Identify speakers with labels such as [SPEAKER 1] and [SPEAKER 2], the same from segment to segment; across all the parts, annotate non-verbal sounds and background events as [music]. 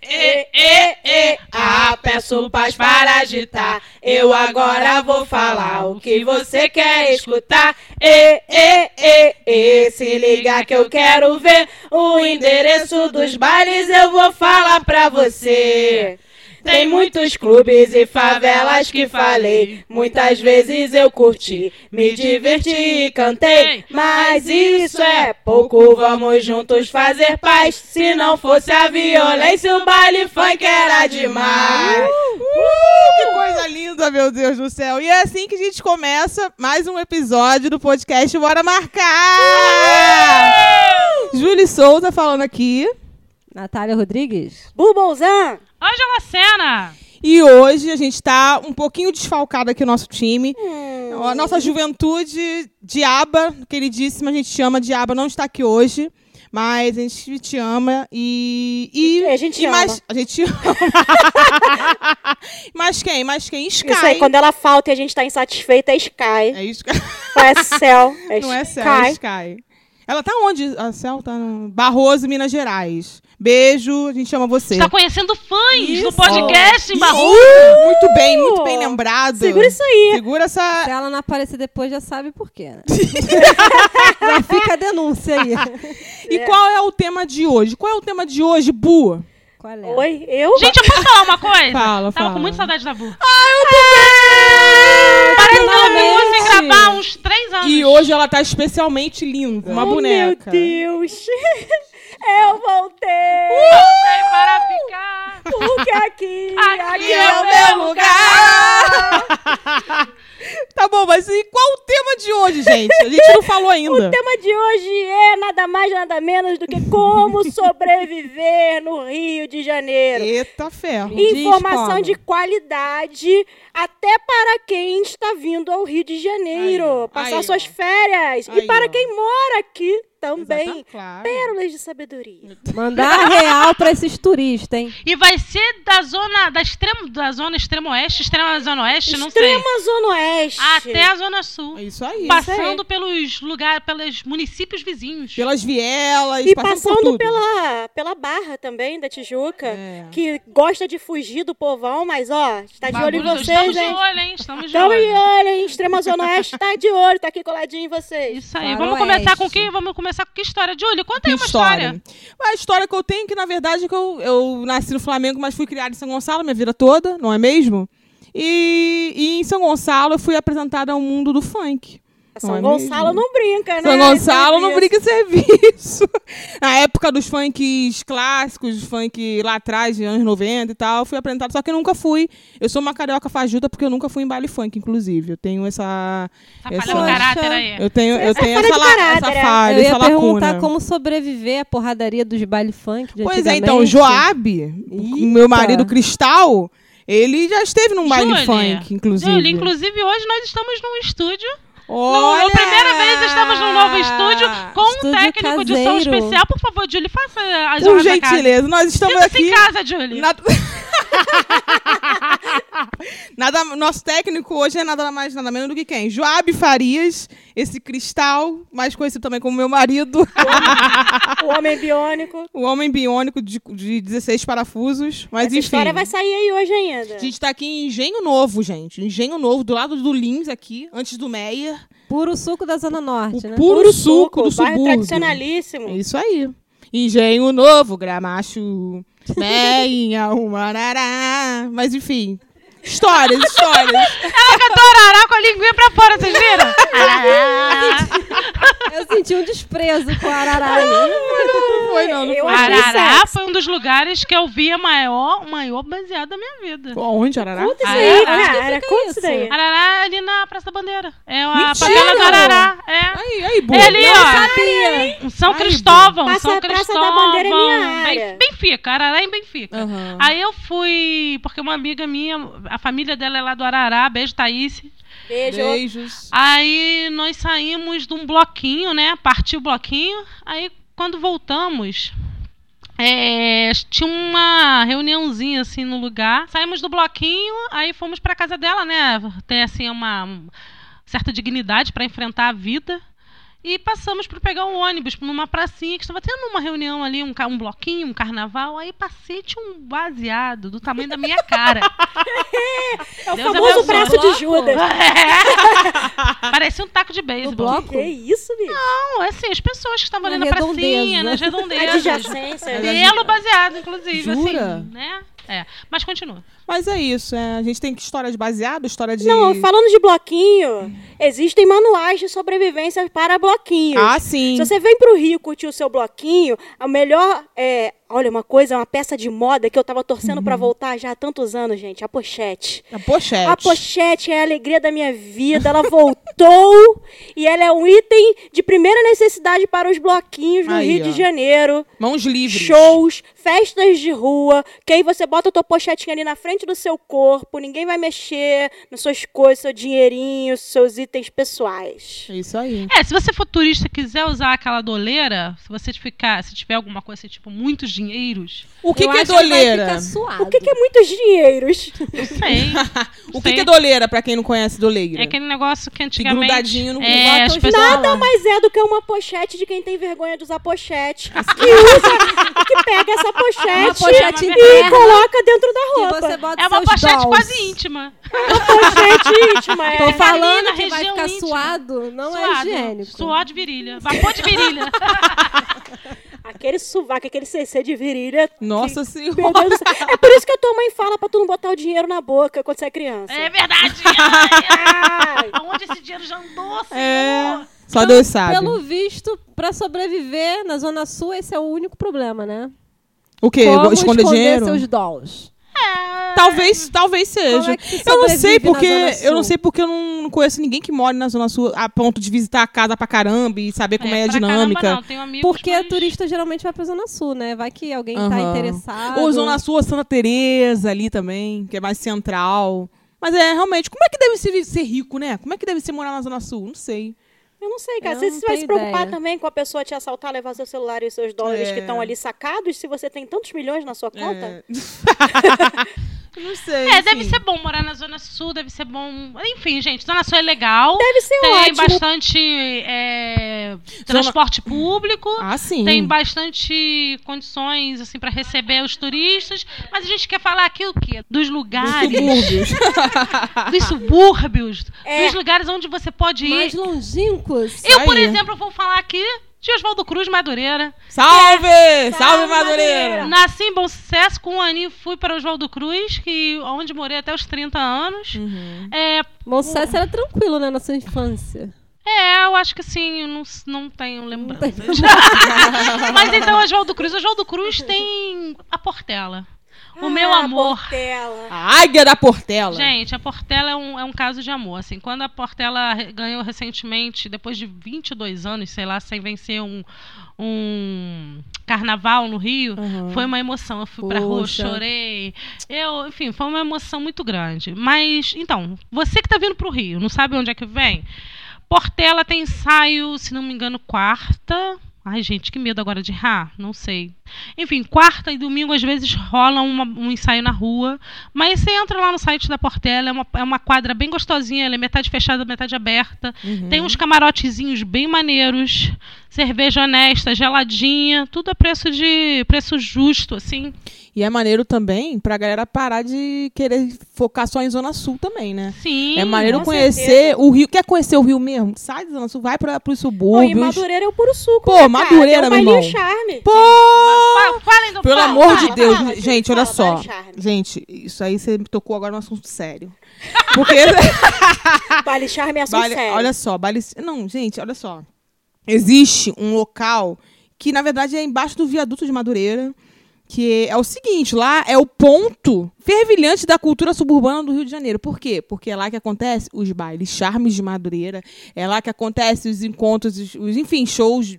[SPEAKER 1] É, Ah, peço paz para agitar. Eu agora vou falar o que você quer escutar. É, E, e, e, e, é. se liga que eu quero ver o endereço dos bailes, eu vou falar pra você. Tem muitos clubes e favelas que falei. Muitas vezes eu curti, me diverti e cantei. Mas isso é pouco, vamos juntos fazer paz. Se não fosse a violência, o baile funk era demais.
[SPEAKER 2] Uh, que coisa linda, meu Deus do céu. E é assim que a gente começa mais um episódio do podcast Bora Marcar! Júlia Souza falando aqui.
[SPEAKER 3] Natália Rodrigues?
[SPEAKER 1] Bubonzan!
[SPEAKER 4] Ângela Lacena!
[SPEAKER 2] E hoje a gente tá um pouquinho desfalcado aqui o nosso time. A nossa juventude, Diaba, queridíssima, a gente te ama. Diaba não está aqui hoje, mas a gente te ama e. e
[SPEAKER 1] A gente
[SPEAKER 2] e
[SPEAKER 1] ama.
[SPEAKER 2] mais, A gente te ama. [laughs] mas quem? Mas quem? Sky.
[SPEAKER 5] Isso aí, quando ela falta e a gente tá insatisfeita, é Sky.
[SPEAKER 2] É isso
[SPEAKER 5] Não é Cell, é
[SPEAKER 2] Não é
[SPEAKER 5] Sky.
[SPEAKER 2] Céu, é Sky. Ela tá onde? A Céu tá no Barroso, Minas Gerais. Beijo, a gente ama você.
[SPEAKER 4] Está
[SPEAKER 5] Tá
[SPEAKER 4] tá conhecendo fãs
[SPEAKER 2] Isso.
[SPEAKER 4] do podcast,
[SPEAKER 2] Isso,
[SPEAKER 4] Barro.
[SPEAKER 2] Muito bem, muito bem lembrado.
[SPEAKER 5] Segura isso aí. Tá
[SPEAKER 2] Segura essa,
[SPEAKER 3] Se ela não aparecer depois, já sabe por quê, né? já fica a denúncia aí.
[SPEAKER 2] E qual é o tema de hoje? Qual é o tema de hoje, Bu?
[SPEAKER 3] Qual é?
[SPEAKER 5] Oi, eu?
[SPEAKER 4] Gente, eu posso falar uma coisa?
[SPEAKER 2] Fala,
[SPEAKER 4] Tava
[SPEAKER 2] fala.
[SPEAKER 4] com muita saudade da Bu.
[SPEAKER 5] Tá
[SPEAKER 2] Parece
[SPEAKER 4] Tava sem gravar há uns três anos.
[SPEAKER 2] E hoje ela tá especialmente linda. Uma
[SPEAKER 5] um- oh,
[SPEAKER 2] boneca.
[SPEAKER 5] Meu Deus. [laughs] eu voltei.
[SPEAKER 2] Uh!
[SPEAKER 4] Voltei para ficar.
[SPEAKER 2] [laughs]
[SPEAKER 5] Porque aqui,
[SPEAKER 4] Aqui
[SPEAKER 5] aqui,
[SPEAKER 4] é
[SPEAKER 5] é
[SPEAKER 4] o
[SPEAKER 5] o
[SPEAKER 4] meu
[SPEAKER 5] meu lugar.
[SPEAKER 2] Tá bom, mas e qual o tema de hoje, gente? A gente não falou ainda.
[SPEAKER 5] [laughs] O tema de hoje é nada mais, nada menos do que
[SPEAKER 2] [laughs]
[SPEAKER 5] como sobreviver no Rio de Janeiro.
[SPEAKER 2] Eita ferro.
[SPEAKER 3] Me diz
[SPEAKER 5] Informação
[SPEAKER 3] como.
[SPEAKER 5] de qualidade até para quem está vindo ao Rio de Janeiro
[SPEAKER 2] Aí,
[SPEAKER 5] passar
[SPEAKER 2] aí,
[SPEAKER 5] suas
[SPEAKER 2] ó.
[SPEAKER 5] férias
[SPEAKER 2] Aí,
[SPEAKER 5] e para
[SPEAKER 2] ó.
[SPEAKER 5] quem mora aqui também.
[SPEAKER 2] Exata- claro.
[SPEAKER 5] Pérolas de sabedoria.
[SPEAKER 3] Mandar real pra esses turistas, hein?
[SPEAKER 4] E vai ser da zona, da extrema, da zona extrema oeste, extrema zona oeste, não sei.
[SPEAKER 5] Extrema Zona Oeste.
[SPEAKER 4] Até a zona sul.
[SPEAKER 2] É Isso aí.
[SPEAKER 4] Passando pelos lugares, pelos municípios vizinhos.
[SPEAKER 2] Pelas vielas,
[SPEAKER 5] E
[SPEAKER 2] passando, por
[SPEAKER 5] passando
[SPEAKER 2] tudo.
[SPEAKER 5] pela, pela barra também da Tijuca,
[SPEAKER 2] É.
[SPEAKER 5] que gosta de fugir do povão, mas ó, está de olho em
[SPEAKER 4] Bagulho,
[SPEAKER 5] vocês,
[SPEAKER 4] Estamos de
[SPEAKER 5] hein?
[SPEAKER 4] olho, hein? Estamos de
[SPEAKER 5] Estamos de
[SPEAKER 4] olho.
[SPEAKER 5] olho, hein? Extrema Zona Oeste tá de olho, tá aqui coladinho em vocês.
[SPEAKER 4] Isso aí.
[SPEAKER 3] Faroeste.
[SPEAKER 4] Vamos começar com quem? Vamos começar com que história? Júlia, conta aí uma história.
[SPEAKER 2] A história que eu tenho, que na verdade é que eu, eu nasci no Flamengo, mas fui criada em São Gonçalo minha vida toda, não é mesmo? E, e em São Gonçalo eu fui apresentada ao mundo do funk.
[SPEAKER 5] São
[SPEAKER 2] Não é
[SPEAKER 5] Gonçalo não brinca, né?
[SPEAKER 2] São Gonçalo não
[SPEAKER 5] Isso.
[SPEAKER 2] briga em serviço. [laughs] Na época dos funks clássicos, funk lá atrás, de anos 90 e tal, fui apresentada, só que eu nunca fui. Eu sou uma carioca fajuta porque eu nunca fui em baile funk, inclusive. Eu tenho essa.
[SPEAKER 4] Atrapalhando
[SPEAKER 2] essa-
[SPEAKER 4] Tá o caráter aí.
[SPEAKER 2] Eu tenho, eu tenho
[SPEAKER 5] falha
[SPEAKER 2] essa,
[SPEAKER 5] de
[SPEAKER 2] la-
[SPEAKER 5] caráter,
[SPEAKER 2] essa
[SPEAKER 5] é.
[SPEAKER 2] falha,
[SPEAKER 3] Eu
[SPEAKER 2] essa
[SPEAKER 3] ia
[SPEAKER 2] lacuna.
[SPEAKER 3] perguntar como sobreviver à porradaria dos baile funk de
[SPEAKER 2] Pois é, então,
[SPEAKER 3] antigamente.
[SPEAKER 2] Joab, o meu
[SPEAKER 3] Eita.
[SPEAKER 2] marido Cristal, ele já esteve num baile
[SPEAKER 4] Júlia,
[SPEAKER 2] funk, inclusive.
[SPEAKER 4] Júlia, inclusive hoje nós estamos num estúdio.
[SPEAKER 2] Olha!
[SPEAKER 4] Pela primeira vez estamos num novo estúdio com um
[SPEAKER 3] Estúdio
[SPEAKER 4] técnico de som
[SPEAKER 3] caseiro.
[SPEAKER 4] especial. Por favor, Júlia, faça as
[SPEAKER 2] Por
[SPEAKER 4] honras da casa.
[SPEAKER 2] gentileza, nós estamos
[SPEAKER 4] Sinta-se
[SPEAKER 2] aqui.
[SPEAKER 4] em casa, Júlia.
[SPEAKER 2] Nada... [laughs] Nada- nosso técnico hoje é nada mais nada menos do que quem? Joab Farias, esse cristal, mais conhecido também como meu marido, [laughs]
[SPEAKER 5] O homem biônico.
[SPEAKER 2] o homem biônico de, de 16 parafusos. Mas
[SPEAKER 5] Essa
[SPEAKER 2] enfim.
[SPEAKER 5] história vai sair aí hoje ainda.
[SPEAKER 2] A gente tá aqui em Engenho Novo, gente. Engenho Novo, do lado do Lins aqui, antes do Meyer.
[SPEAKER 3] Puro suco da Zona Norte,
[SPEAKER 2] O
[SPEAKER 3] né?
[SPEAKER 2] puro, suco do
[SPEAKER 5] bairro
[SPEAKER 2] subúrbio.
[SPEAKER 5] tradicionalíssimo.
[SPEAKER 2] É isso aí. Engenho novo, gramacho, meinha, umarará. Mas enfim, histórias, histórias.
[SPEAKER 4] Ela cantou arará com a linguinha pra fora, vocês viram? Arará.
[SPEAKER 3] Eu senti um desprezo com a Arará.
[SPEAKER 2] Não foi não, não
[SPEAKER 5] Eu
[SPEAKER 2] foi.
[SPEAKER 5] achei
[SPEAKER 4] Arará
[SPEAKER 5] sexy.
[SPEAKER 4] foi um dos lugares que eu vi a maior, maior baseada da minha vida.
[SPEAKER 2] [laughs] Onde, Arará?
[SPEAKER 5] Conta isso
[SPEAKER 4] Arará.
[SPEAKER 5] aí,
[SPEAKER 4] Acho que
[SPEAKER 5] cara.
[SPEAKER 3] fica
[SPEAKER 5] Conta
[SPEAKER 3] isso.
[SPEAKER 5] isso daí.
[SPEAKER 4] Arará é ali na Praça da Bandeira. É a
[SPEAKER 2] Mentira!
[SPEAKER 4] favela do Arará. É.
[SPEAKER 2] Aí, aí, boa.
[SPEAKER 4] É ali,
[SPEAKER 2] Não,
[SPEAKER 4] ó.
[SPEAKER 3] Sabia!
[SPEAKER 4] Um São
[SPEAKER 2] Ai,
[SPEAKER 4] Cristóvão,
[SPEAKER 5] Praça-
[SPEAKER 4] São
[SPEAKER 5] Praça
[SPEAKER 4] Cristóvão.
[SPEAKER 5] da Bandeira é minha
[SPEAKER 4] Bem-
[SPEAKER 5] área. Ah.
[SPEAKER 4] Benfica, Arará em Benfica.
[SPEAKER 2] Aham.
[SPEAKER 4] Aí eu fui, porque uma amiga minha, a família dela é lá do Arará, beijo, Thaís.
[SPEAKER 5] Beijo.
[SPEAKER 2] Beijos.
[SPEAKER 4] Aí nós saímos de um bloquinho, né? Partiu o bloquinho. Aí quando voltamos, é, tinha uma reuniãozinha assim no lugar. Saímos do bloquinho, aí fomos pra casa dela, né? Ter assim uma um- certa dignidade pra enfrentar a vida. E passamos para pegar um ônibus numa pracinha que estava tendo uma reunião ali, um, ca- um bloquinho, um carnaval. Aí passei tinha um baseado do tamanho da minha cara.
[SPEAKER 5] [laughs] É o
[SPEAKER 4] Deus
[SPEAKER 5] famoso
[SPEAKER 4] abençoe. É.
[SPEAKER 5] braço de Judas.
[SPEAKER 4] Parecia um taco de
[SPEAKER 3] O
[SPEAKER 4] beisebol.
[SPEAKER 3] bloco?
[SPEAKER 5] Que isso, bicho?
[SPEAKER 4] Não, é assim, as pessoas que estavam ali
[SPEAKER 3] Na
[SPEAKER 4] na pracinha,
[SPEAKER 2] [laughs]
[SPEAKER 3] redondeza.
[SPEAKER 4] nas redondezas.
[SPEAKER 5] Adjacência.
[SPEAKER 4] Belo baseado, inclusive,
[SPEAKER 2] Jura?
[SPEAKER 4] assim, né? É. Mas continua.
[SPEAKER 2] Mas é isso, é, a gente tem que história de baseado, história de.
[SPEAKER 5] Não, falando de bloquinho, existem manuais de sobrevivência para bloquinhos.
[SPEAKER 2] Ah, sim.
[SPEAKER 5] Se você vem pro Rio curtir o seu bloquinho, a melhor é. Olha, uma coisa, uma peça de moda que eu tava torcendo
[SPEAKER 2] Uhum.
[SPEAKER 5] pra voltar já há tantos anos, gente. A pochete.
[SPEAKER 2] A pochete.
[SPEAKER 5] A pochete é a alegria da minha vida. Ela voltou [laughs] e ela é um item de primeira necessidade para os bloquinhos no
[SPEAKER 2] Aí,
[SPEAKER 5] Rio
[SPEAKER 2] ó.
[SPEAKER 5] de Janeiro.
[SPEAKER 2] Mãos livres.
[SPEAKER 5] Shows, festas de rua, que aí você bota a tua pochetinha ali na frente do seu corpo, ninguém vai mexer nas suas coisas, seu dinheirinho, seus itens pessoais.
[SPEAKER 2] É Isso aí.
[SPEAKER 4] É, se você for turista e quiser usar aquela doleira, se você ficar, se tiver alguma coisa assim, tipo, muitos dinheiros,
[SPEAKER 2] O que,
[SPEAKER 3] Eu
[SPEAKER 2] que é
[SPEAKER 3] acho vai
[SPEAKER 2] doleira?
[SPEAKER 3] ficar suado.
[SPEAKER 5] O que, que é muitos dinheiros?
[SPEAKER 2] [laughs]
[SPEAKER 4] não sei.
[SPEAKER 2] o que, que
[SPEAKER 4] sei.
[SPEAKER 2] é doleira, pra quem não conhece doleira?
[SPEAKER 4] É aquele negócio que
[SPEAKER 2] Que
[SPEAKER 4] antigamente.
[SPEAKER 2] grudadinho no
[SPEAKER 4] É, as pessoas-
[SPEAKER 5] Nada mais é do que uma pochete de quem tem vergonha de usar pochete. Que usa, que pega essa pochete,
[SPEAKER 3] Uma pochete
[SPEAKER 5] e
[SPEAKER 3] interna.
[SPEAKER 5] coloca dentro da
[SPEAKER 3] Que
[SPEAKER 5] roupa.
[SPEAKER 3] você bota
[SPEAKER 4] É uma
[SPEAKER 3] seus
[SPEAKER 4] pochete
[SPEAKER 3] dolls.
[SPEAKER 4] quase íntima.
[SPEAKER 5] Pochete íntima,
[SPEAKER 3] Tô
[SPEAKER 5] é.
[SPEAKER 3] falando
[SPEAKER 4] na
[SPEAKER 3] que vai
[SPEAKER 4] região
[SPEAKER 3] ficar
[SPEAKER 4] íntima.
[SPEAKER 3] suado, não é
[SPEAKER 4] Suado.
[SPEAKER 3] higiênico.
[SPEAKER 4] Suor de virilha. Vapor de virilha.
[SPEAKER 2] [laughs]
[SPEAKER 5] Aquele sovaco, aquele CC de virilha.
[SPEAKER 2] Nossa
[SPEAKER 5] Meu [laughs]
[SPEAKER 2] senhora.
[SPEAKER 5] Deus do céu. É por isso que a tua mãe fala pra tu não botar o dinheiro na boca quando você é criança.
[SPEAKER 4] é
[SPEAKER 2] [laughs]
[SPEAKER 4] verdade. Ai, ai.
[SPEAKER 5] Ai.
[SPEAKER 4] Aonde esse dinheiro já andou, senhor?
[SPEAKER 2] É. Só Deus sabe.
[SPEAKER 3] Pelo visto, pra sobreviver na Zona Sul, esse é o único problema, né?
[SPEAKER 2] O quê?
[SPEAKER 3] Como
[SPEAKER 2] esconder dinheiro?
[SPEAKER 3] seus dolls.
[SPEAKER 2] Talvez, talvez
[SPEAKER 3] Como
[SPEAKER 2] seja.
[SPEAKER 3] é que se
[SPEAKER 2] eu não
[SPEAKER 3] sobrevive
[SPEAKER 2] sei
[SPEAKER 3] na
[SPEAKER 2] porque
[SPEAKER 3] Zona Sul?
[SPEAKER 2] eu não sei porque eu não não conheço ninguém que mora na zona sul a ponto de visitar a casa pra caramba e saber como é, a
[SPEAKER 4] pra caramba,
[SPEAKER 2] dinâmica. é
[SPEAKER 4] não, tenho amigos,
[SPEAKER 3] Porque
[SPEAKER 4] mas-
[SPEAKER 3] turista geralmente vai pra Zona Sul, né? Vai que alguém tá
[SPEAKER 2] Aham.
[SPEAKER 3] interessado.
[SPEAKER 2] Ou Zona Sul, ou Santa Teresa ali também, que é mais central. Mas é, realmente, como é que deve ser, ser rico, né? Como é que deve ser morar na Zona Sul? Não sei.
[SPEAKER 5] Eu não sei,
[SPEAKER 3] Eu
[SPEAKER 5] cara.
[SPEAKER 3] não
[SPEAKER 5] Você se vai
[SPEAKER 3] tenho
[SPEAKER 5] se preocupar
[SPEAKER 3] ideia.
[SPEAKER 5] também com a pessoa te assaltar, levar seu celular e os seus dólares
[SPEAKER 2] É.
[SPEAKER 5] que estão ali sacados, se você tem tantos milhões na sua conta?
[SPEAKER 2] É. não sei.
[SPEAKER 4] É, deve
[SPEAKER 2] enfim.
[SPEAKER 4] ser bom morar na Zona Sul, deve ser bom. Enfim, gente, Zona Sul é legal.
[SPEAKER 5] Deve ser
[SPEAKER 4] tem
[SPEAKER 5] ótimo.
[SPEAKER 4] bastante é, transporte público.
[SPEAKER 2] Ah, sim.
[SPEAKER 4] Tem bastante condições assim para receber os turistas, mas a gente quer falar aqui o quê? Dos
[SPEAKER 2] Dos
[SPEAKER 4] lugares,
[SPEAKER 2] subúrbios.
[SPEAKER 4] [laughs] dos subúrbios,
[SPEAKER 5] É.
[SPEAKER 4] dos lugares onde você pode
[SPEAKER 3] Mais
[SPEAKER 4] ir.
[SPEAKER 3] longínquos.
[SPEAKER 4] Eu, por
[SPEAKER 2] aí. né?
[SPEAKER 4] exemplo, vou falar aqui de Oswaldo Cruz Madureira.
[SPEAKER 2] Salve! Salve,
[SPEAKER 5] Salve,
[SPEAKER 2] Madureira!
[SPEAKER 5] Madureira!
[SPEAKER 4] Nasci em Bom Sucesso, com um aninho fui para Oswaldo Cruz, que onde morei até os 30 anos.
[SPEAKER 2] Uhum.
[SPEAKER 4] É,
[SPEAKER 3] Monsass era tranquilo, né? Na sua infância.
[SPEAKER 4] É, eu acho que assim, eu não, não tenho lembranças. [laughs] Mas então, Oswaldo Cruz. Oswaldo Cruz tem a Portela. O meu
[SPEAKER 5] Ah,
[SPEAKER 4] amor.
[SPEAKER 5] Portela.
[SPEAKER 2] A Águia da Portela.
[SPEAKER 4] Gente, a Portela é um, é um caso de amor. Assim, quando a Portela re- ganhou recentemente, depois de 22 anos, sei lá, sem vencer um, um carnaval no Rio,
[SPEAKER 2] Uhum.
[SPEAKER 4] foi uma emoção. Eu fui pra rua, eu
[SPEAKER 3] Poxa.
[SPEAKER 4] chorei. Eu, enfim, foi uma emoção muito grande. Mas, então, você que tá vindo pro Rio, não sabe onde é que vem? Portela tem ensaio, se não me engano, quarta. Ai, gente, que medo agora de errar. Não sei. Enfim, quarta e domingo às vezes rola uma- um ensaio na rua. Mas você entra lá no site da Portela, é uma, é uma quadra bem gostosinha, ela é metade fechada, metade aberta.
[SPEAKER 2] Uhum.
[SPEAKER 4] Tem uns camarotezinhos bem maneiros, cerveja honesta, geladinha, tudo a preço de preço justo, assim.
[SPEAKER 2] E é maneiro também pra galera parar de querer focar só em Zona Sul também, né?
[SPEAKER 4] Sim.
[SPEAKER 2] é maneiro
[SPEAKER 5] com
[SPEAKER 2] conhecer
[SPEAKER 5] certeza.
[SPEAKER 2] o Rio. Quer conhecer o Rio mesmo? Sai da Zona Sul, vai pra, pros
[SPEAKER 5] Pô, e
[SPEAKER 2] subúrbios.
[SPEAKER 5] Madureira é o puro suco.
[SPEAKER 2] Pô,
[SPEAKER 5] né, cara?
[SPEAKER 2] Madureira,
[SPEAKER 5] é o
[SPEAKER 2] meu
[SPEAKER 5] bailinho
[SPEAKER 2] irmão.
[SPEAKER 5] charme.
[SPEAKER 2] Pô!
[SPEAKER 4] Fa- Falem do
[SPEAKER 2] Pelo
[SPEAKER 4] fala,
[SPEAKER 2] amor de
[SPEAKER 4] fala.
[SPEAKER 2] Deus,
[SPEAKER 5] fala,
[SPEAKER 2] gente,
[SPEAKER 5] gente,
[SPEAKER 2] olha
[SPEAKER 5] fala,
[SPEAKER 2] só.
[SPEAKER 5] vai, Charme.
[SPEAKER 2] Gente, isso aí você me tocou agora num assunto sério. Porque.
[SPEAKER 5] Baile charme é assunto
[SPEAKER 2] Ah, Baile-
[SPEAKER 5] sério.
[SPEAKER 2] olha só, baile. Não, gente, olha só. Existe um local que, na verdade, é embaixo do viaduto de Madureira. Que é o seguinte, lá é o ponto fervilhante da cultura suburbana do Rio de Janeiro. Por quê? Porque é lá que acontece os bailes charmes de Madureira, é lá que acontece os encontros, os, os, enfim, shows.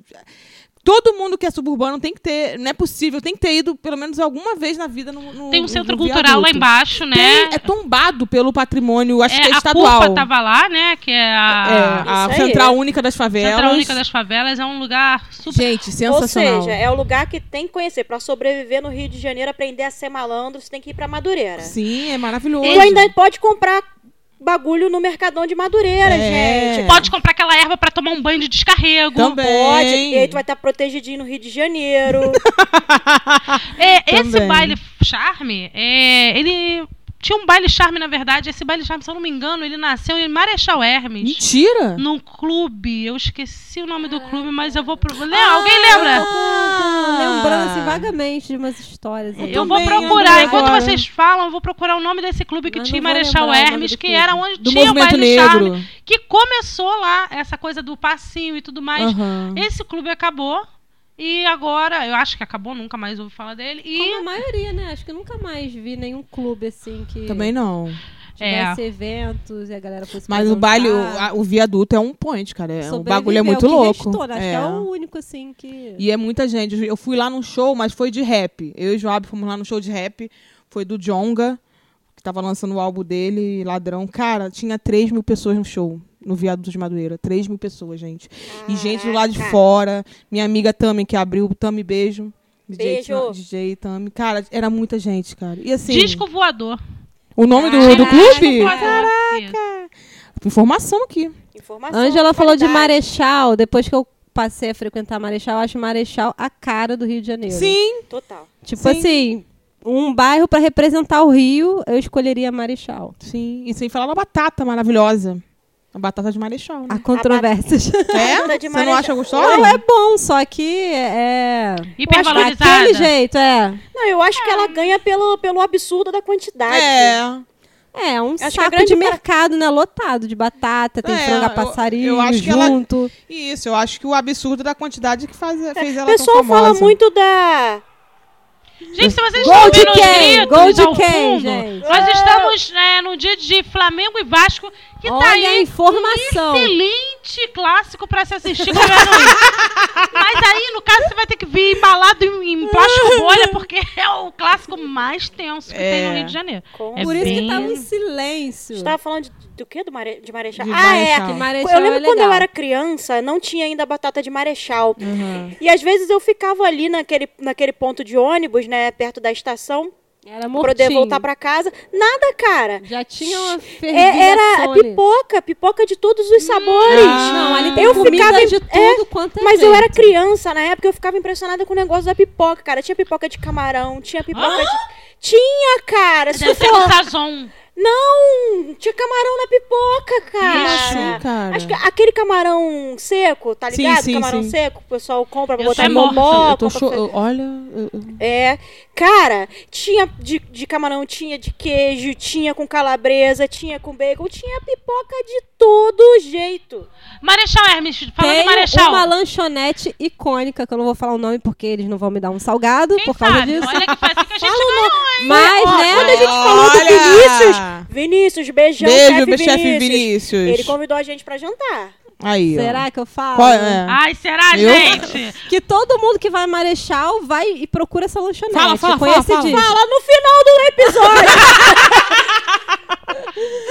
[SPEAKER 2] Todo mundo que é suburbano tem que ter, não é possível, tem que ter ido pelo menos alguma vez na vida no, no
[SPEAKER 4] Tem um
[SPEAKER 2] no-
[SPEAKER 4] centro
[SPEAKER 2] no
[SPEAKER 4] cultural lá
[SPEAKER 2] viaduto.
[SPEAKER 4] embaixo, né?
[SPEAKER 2] Tem- é tombado pelo patrimônio, acho
[SPEAKER 4] É,
[SPEAKER 2] que é
[SPEAKER 4] A
[SPEAKER 2] estadual.
[SPEAKER 4] Culpa tava lá, né? Que é
[SPEAKER 2] É,
[SPEAKER 4] a
[SPEAKER 2] a
[SPEAKER 5] Isso aí.
[SPEAKER 2] Central Única das Favelas.
[SPEAKER 4] Central Única das Favelas. É um lugar super.
[SPEAKER 2] Gente,
[SPEAKER 5] Ou
[SPEAKER 2] sensacional.
[SPEAKER 5] seja, é o lugar que tem que conhecer. Pra sobreviver no Rio de Janeiro, aprender a ser malandro, você tem que ir pra Madureira.
[SPEAKER 2] Sim, é maravilhoso.
[SPEAKER 5] E tu ainda pode comprar bagulho no Mercadão de Madureira,
[SPEAKER 2] É.
[SPEAKER 5] gente.
[SPEAKER 4] Pode comprar aquela erva pra tomar um banho de descarrego.
[SPEAKER 2] Também.
[SPEAKER 5] Pode. E aí tu vai estar protegidinho no Rio de
[SPEAKER 2] [laughs]
[SPEAKER 5] Janeiro.
[SPEAKER 4] É, esse
[SPEAKER 2] Também.
[SPEAKER 4] baile charme, é, ele tinha um baile charme, na verdade. Esse baile charme, se eu não me engano, ele nasceu em Marechal Hermes.
[SPEAKER 2] Mentira!
[SPEAKER 4] Num clube, eu esqueci o nome do clube, mas eu vou pro. Le-
[SPEAKER 2] Ah,
[SPEAKER 4] Alguém lembra?
[SPEAKER 3] Lembrando assim vagamente de umas histórias. aí.
[SPEAKER 4] Eu vou
[SPEAKER 2] também,
[SPEAKER 4] procurar.
[SPEAKER 2] André,
[SPEAKER 4] Enquanto
[SPEAKER 2] agora.
[SPEAKER 4] vocês falam, eu vou procurar o nome desse clube que
[SPEAKER 3] Mas
[SPEAKER 4] tinha em
[SPEAKER 3] não vou
[SPEAKER 4] Marechal
[SPEAKER 3] lembrar o nome
[SPEAKER 4] Hermes,
[SPEAKER 3] do
[SPEAKER 4] que
[SPEAKER 3] clube.
[SPEAKER 4] era onde
[SPEAKER 2] Do
[SPEAKER 4] tinha o
[SPEAKER 2] movimento
[SPEAKER 4] baile charme.
[SPEAKER 2] negro.
[SPEAKER 4] Que começou lá, essa coisa do passinho e tudo mais.
[SPEAKER 2] Aham.
[SPEAKER 4] Esse clube acabou. E agora, eu acho que acabou, nunca mais ouvi falar dele.
[SPEAKER 3] Como a
[SPEAKER 4] E
[SPEAKER 3] maioria, né? Acho que eu nunca mais vi nenhum clube assim que
[SPEAKER 2] Também não.
[SPEAKER 3] tivesse eventos e a galera fosse
[SPEAKER 2] Mas
[SPEAKER 3] pra
[SPEAKER 2] o baile, o,
[SPEAKER 3] dançar.
[SPEAKER 2] a- o viaduto é um point, cara. É, o
[SPEAKER 3] Sobreviveu,
[SPEAKER 2] bagulho é muito
[SPEAKER 3] que
[SPEAKER 2] louco.
[SPEAKER 3] restou, né? Acho
[SPEAKER 2] É.
[SPEAKER 3] que é o único assim que.
[SPEAKER 2] E é muita gente. Eu fui lá num show, mas foi de rap. Eu e o Joab fomos lá num show de rap. Foi do Jonga, que tava lançando o álbum dele, Ladrão. Cara, tinha 3 mil pessoas no show, no Viaduto de Madureira. 3 mil pessoas, gente. E gente do lado de fora. Minha amiga Tami, que abriu. Tami, beijo. DJ,
[SPEAKER 5] Beijo.
[SPEAKER 2] DJ Tami. Cara, era muita gente, cara. E assim,
[SPEAKER 4] disco voador.
[SPEAKER 2] o nome do, do
[SPEAKER 4] Disco
[SPEAKER 2] clube?
[SPEAKER 4] voador. Isso.
[SPEAKER 2] Informação aqui.
[SPEAKER 5] Informação.
[SPEAKER 3] Ângela falou de
[SPEAKER 5] qualidade.
[SPEAKER 3] Marechal, depois que eu passei a frequentar Marechal, eu acho Marechal a cara do Rio de Janeiro.
[SPEAKER 2] Sim.
[SPEAKER 5] Total.
[SPEAKER 3] Tipo
[SPEAKER 2] sim.
[SPEAKER 3] assim, um bairro pra representar o Rio, eu escolheria Marechal.
[SPEAKER 2] Sim. E sem falar da batata maravilhosa. A batata de Marechal, né?
[SPEAKER 3] Há controvérsias.
[SPEAKER 2] É?
[SPEAKER 5] Nada de
[SPEAKER 2] Você não
[SPEAKER 5] Marechal.
[SPEAKER 2] acha gostosa?
[SPEAKER 3] Não é bom, só que é daquele
[SPEAKER 4] Hipervalorizada.
[SPEAKER 3] jeito, é.
[SPEAKER 5] Não, eu acho que ela ganha pelo, pelo absurdo da quantidade.
[SPEAKER 2] É.
[SPEAKER 3] É, um
[SPEAKER 5] que a
[SPEAKER 3] saco
[SPEAKER 5] grande
[SPEAKER 3] de
[SPEAKER 5] par-
[SPEAKER 3] mercado, né? Lotado de batata, tem
[SPEAKER 2] É,
[SPEAKER 3] frango
[SPEAKER 2] eu-
[SPEAKER 3] a passarinho
[SPEAKER 2] eu acho que ela-
[SPEAKER 3] junto.
[SPEAKER 2] E Isso, eu acho que o absurdo da quantidade que faz, fez
[SPEAKER 5] É. O
[SPEAKER 2] ela
[SPEAKER 5] pessoal
[SPEAKER 2] tá tão famosa.
[SPEAKER 5] fala muito da.
[SPEAKER 4] Gente, se vocês
[SPEAKER 3] Gol
[SPEAKER 4] estão
[SPEAKER 3] de
[SPEAKER 4] vendo os
[SPEAKER 3] quem?
[SPEAKER 4] gritos
[SPEAKER 3] Gol de
[SPEAKER 4] ao
[SPEAKER 3] quem,
[SPEAKER 4] fundo,
[SPEAKER 3] gente?
[SPEAKER 4] nós estamos né, no dia de Flamengo e Vasco, que tá
[SPEAKER 3] Olha a
[SPEAKER 4] aí
[SPEAKER 3] informação.
[SPEAKER 4] excelente clássico pra se assistir como é
[SPEAKER 3] [laughs]
[SPEAKER 4] no- Mas aí, no caso, você vai ter que vir embalado em, em plástico bolha, porque é o clássico mais tenso que tem no
[SPEAKER 2] É.
[SPEAKER 4] Rio de Janeiro.
[SPEAKER 5] Com...
[SPEAKER 4] É
[SPEAKER 3] Por isso
[SPEAKER 4] bem-
[SPEAKER 3] que tava um silêncio.
[SPEAKER 5] Estava falando de, do que? Do, mare... de Marechal?
[SPEAKER 2] De
[SPEAKER 5] ah,
[SPEAKER 2] Marechal.
[SPEAKER 5] é.
[SPEAKER 3] Que Marechal
[SPEAKER 5] Eu lembro
[SPEAKER 3] é
[SPEAKER 5] quando eu
[SPEAKER 3] legal.
[SPEAKER 5] era criança, não tinha ainda batata de Marechal.
[SPEAKER 2] Uhum.
[SPEAKER 5] E às vezes eu ficava ali naquele, naquele ponto de ônibus, né? Perto da estação,
[SPEAKER 3] Era
[SPEAKER 5] pra poder
[SPEAKER 3] mortinho.
[SPEAKER 5] voltar pra casa. Nada, cara.
[SPEAKER 3] Já tinha uma
[SPEAKER 5] É,
[SPEAKER 3] fervilha
[SPEAKER 5] era
[SPEAKER 3] Sony.
[SPEAKER 5] pipoca, pipoca de todos os sabores.
[SPEAKER 2] Ah,
[SPEAKER 3] Não, ali tem
[SPEAKER 5] eu
[SPEAKER 3] comida
[SPEAKER 5] ficava em-
[SPEAKER 3] de tudo quanto é
[SPEAKER 5] Mas eu
[SPEAKER 3] jeito.
[SPEAKER 5] era criança, na época eu ficava impressionada com o negócio da pipoca, cara. Tinha pipoca de camarão, tinha pipoca de. Tinha, cara! Se
[SPEAKER 4] Ah! Deve
[SPEAKER 5] tu
[SPEAKER 4] ser
[SPEAKER 5] for-
[SPEAKER 4] o Sazon.
[SPEAKER 5] Não! Tinha camarão na pipoca, Ah, cara!
[SPEAKER 2] Isso, cara.
[SPEAKER 5] Acho que aquele camarão seco, tá
[SPEAKER 2] Sim,
[SPEAKER 5] ligado?
[SPEAKER 2] sim,
[SPEAKER 5] camarão
[SPEAKER 2] sim.
[SPEAKER 5] seco, que o pessoal compra pra
[SPEAKER 4] Eu
[SPEAKER 5] botar
[SPEAKER 4] sou
[SPEAKER 5] em
[SPEAKER 4] morta.
[SPEAKER 5] momó.
[SPEAKER 2] eu tô
[SPEAKER 5] compra pra
[SPEAKER 2] cho...
[SPEAKER 5] fazer-
[SPEAKER 2] eu- Olha... eu- eu-
[SPEAKER 5] É. Cara, tinha de, de camarão, tinha de queijo, tinha com calabresa, tinha com bacon, tinha pipoca de todo jeito.
[SPEAKER 4] Marechal Hermes, fala
[SPEAKER 3] Tem um
[SPEAKER 4] do Marechal.
[SPEAKER 3] uma lanchonete icônica, que eu não vou falar o nome porque eles não vão me dar um salgado
[SPEAKER 4] Quem
[SPEAKER 3] por causa
[SPEAKER 4] sabe?
[SPEAKER 3] disso.
[SPEAKER 4] Olha que foi assim que a gente ganhou.
[SPEAKER 3] Mas,
[SPEAKER 5] Ó,
[SPEAKER 3] né?
[SPEAKER 5] quando a gente falou do
[SPEAKER 2] Olha!
[SPEAKER 5] Vinícius, Vinícius, beijão,
[SPEAKER 2] Beijo,
[SPEAKER 5] chefe
[SPEAKER 2] meu chefe
[SPEAKER 5] Vinícius.
[SPEAKER 2] Vinícius.
[SPEAKER 5] Ele convidou a gente pra jantar.
[SPEAKER 2] Aí, ó.
[SPEAKER 3] Será que eu falo?
[SPEAKER 2] Qual é?
[SPEAKER 4] Ai, será,
[SPEAKER 2] Eu-
[SPEAKER 4] gente?
[SPEAKER 3] Que todo mundo que vai a Marechal vai e procura essa lanchonete.
[SPEAKER 2] Fala, fala,
[SPEAKER 3] Conhece
[SPEAKER 2] fala, fala.
[SPEAKER 3] disso.
[SPEAKER 5] Fala no tá final do episódio. [laughs]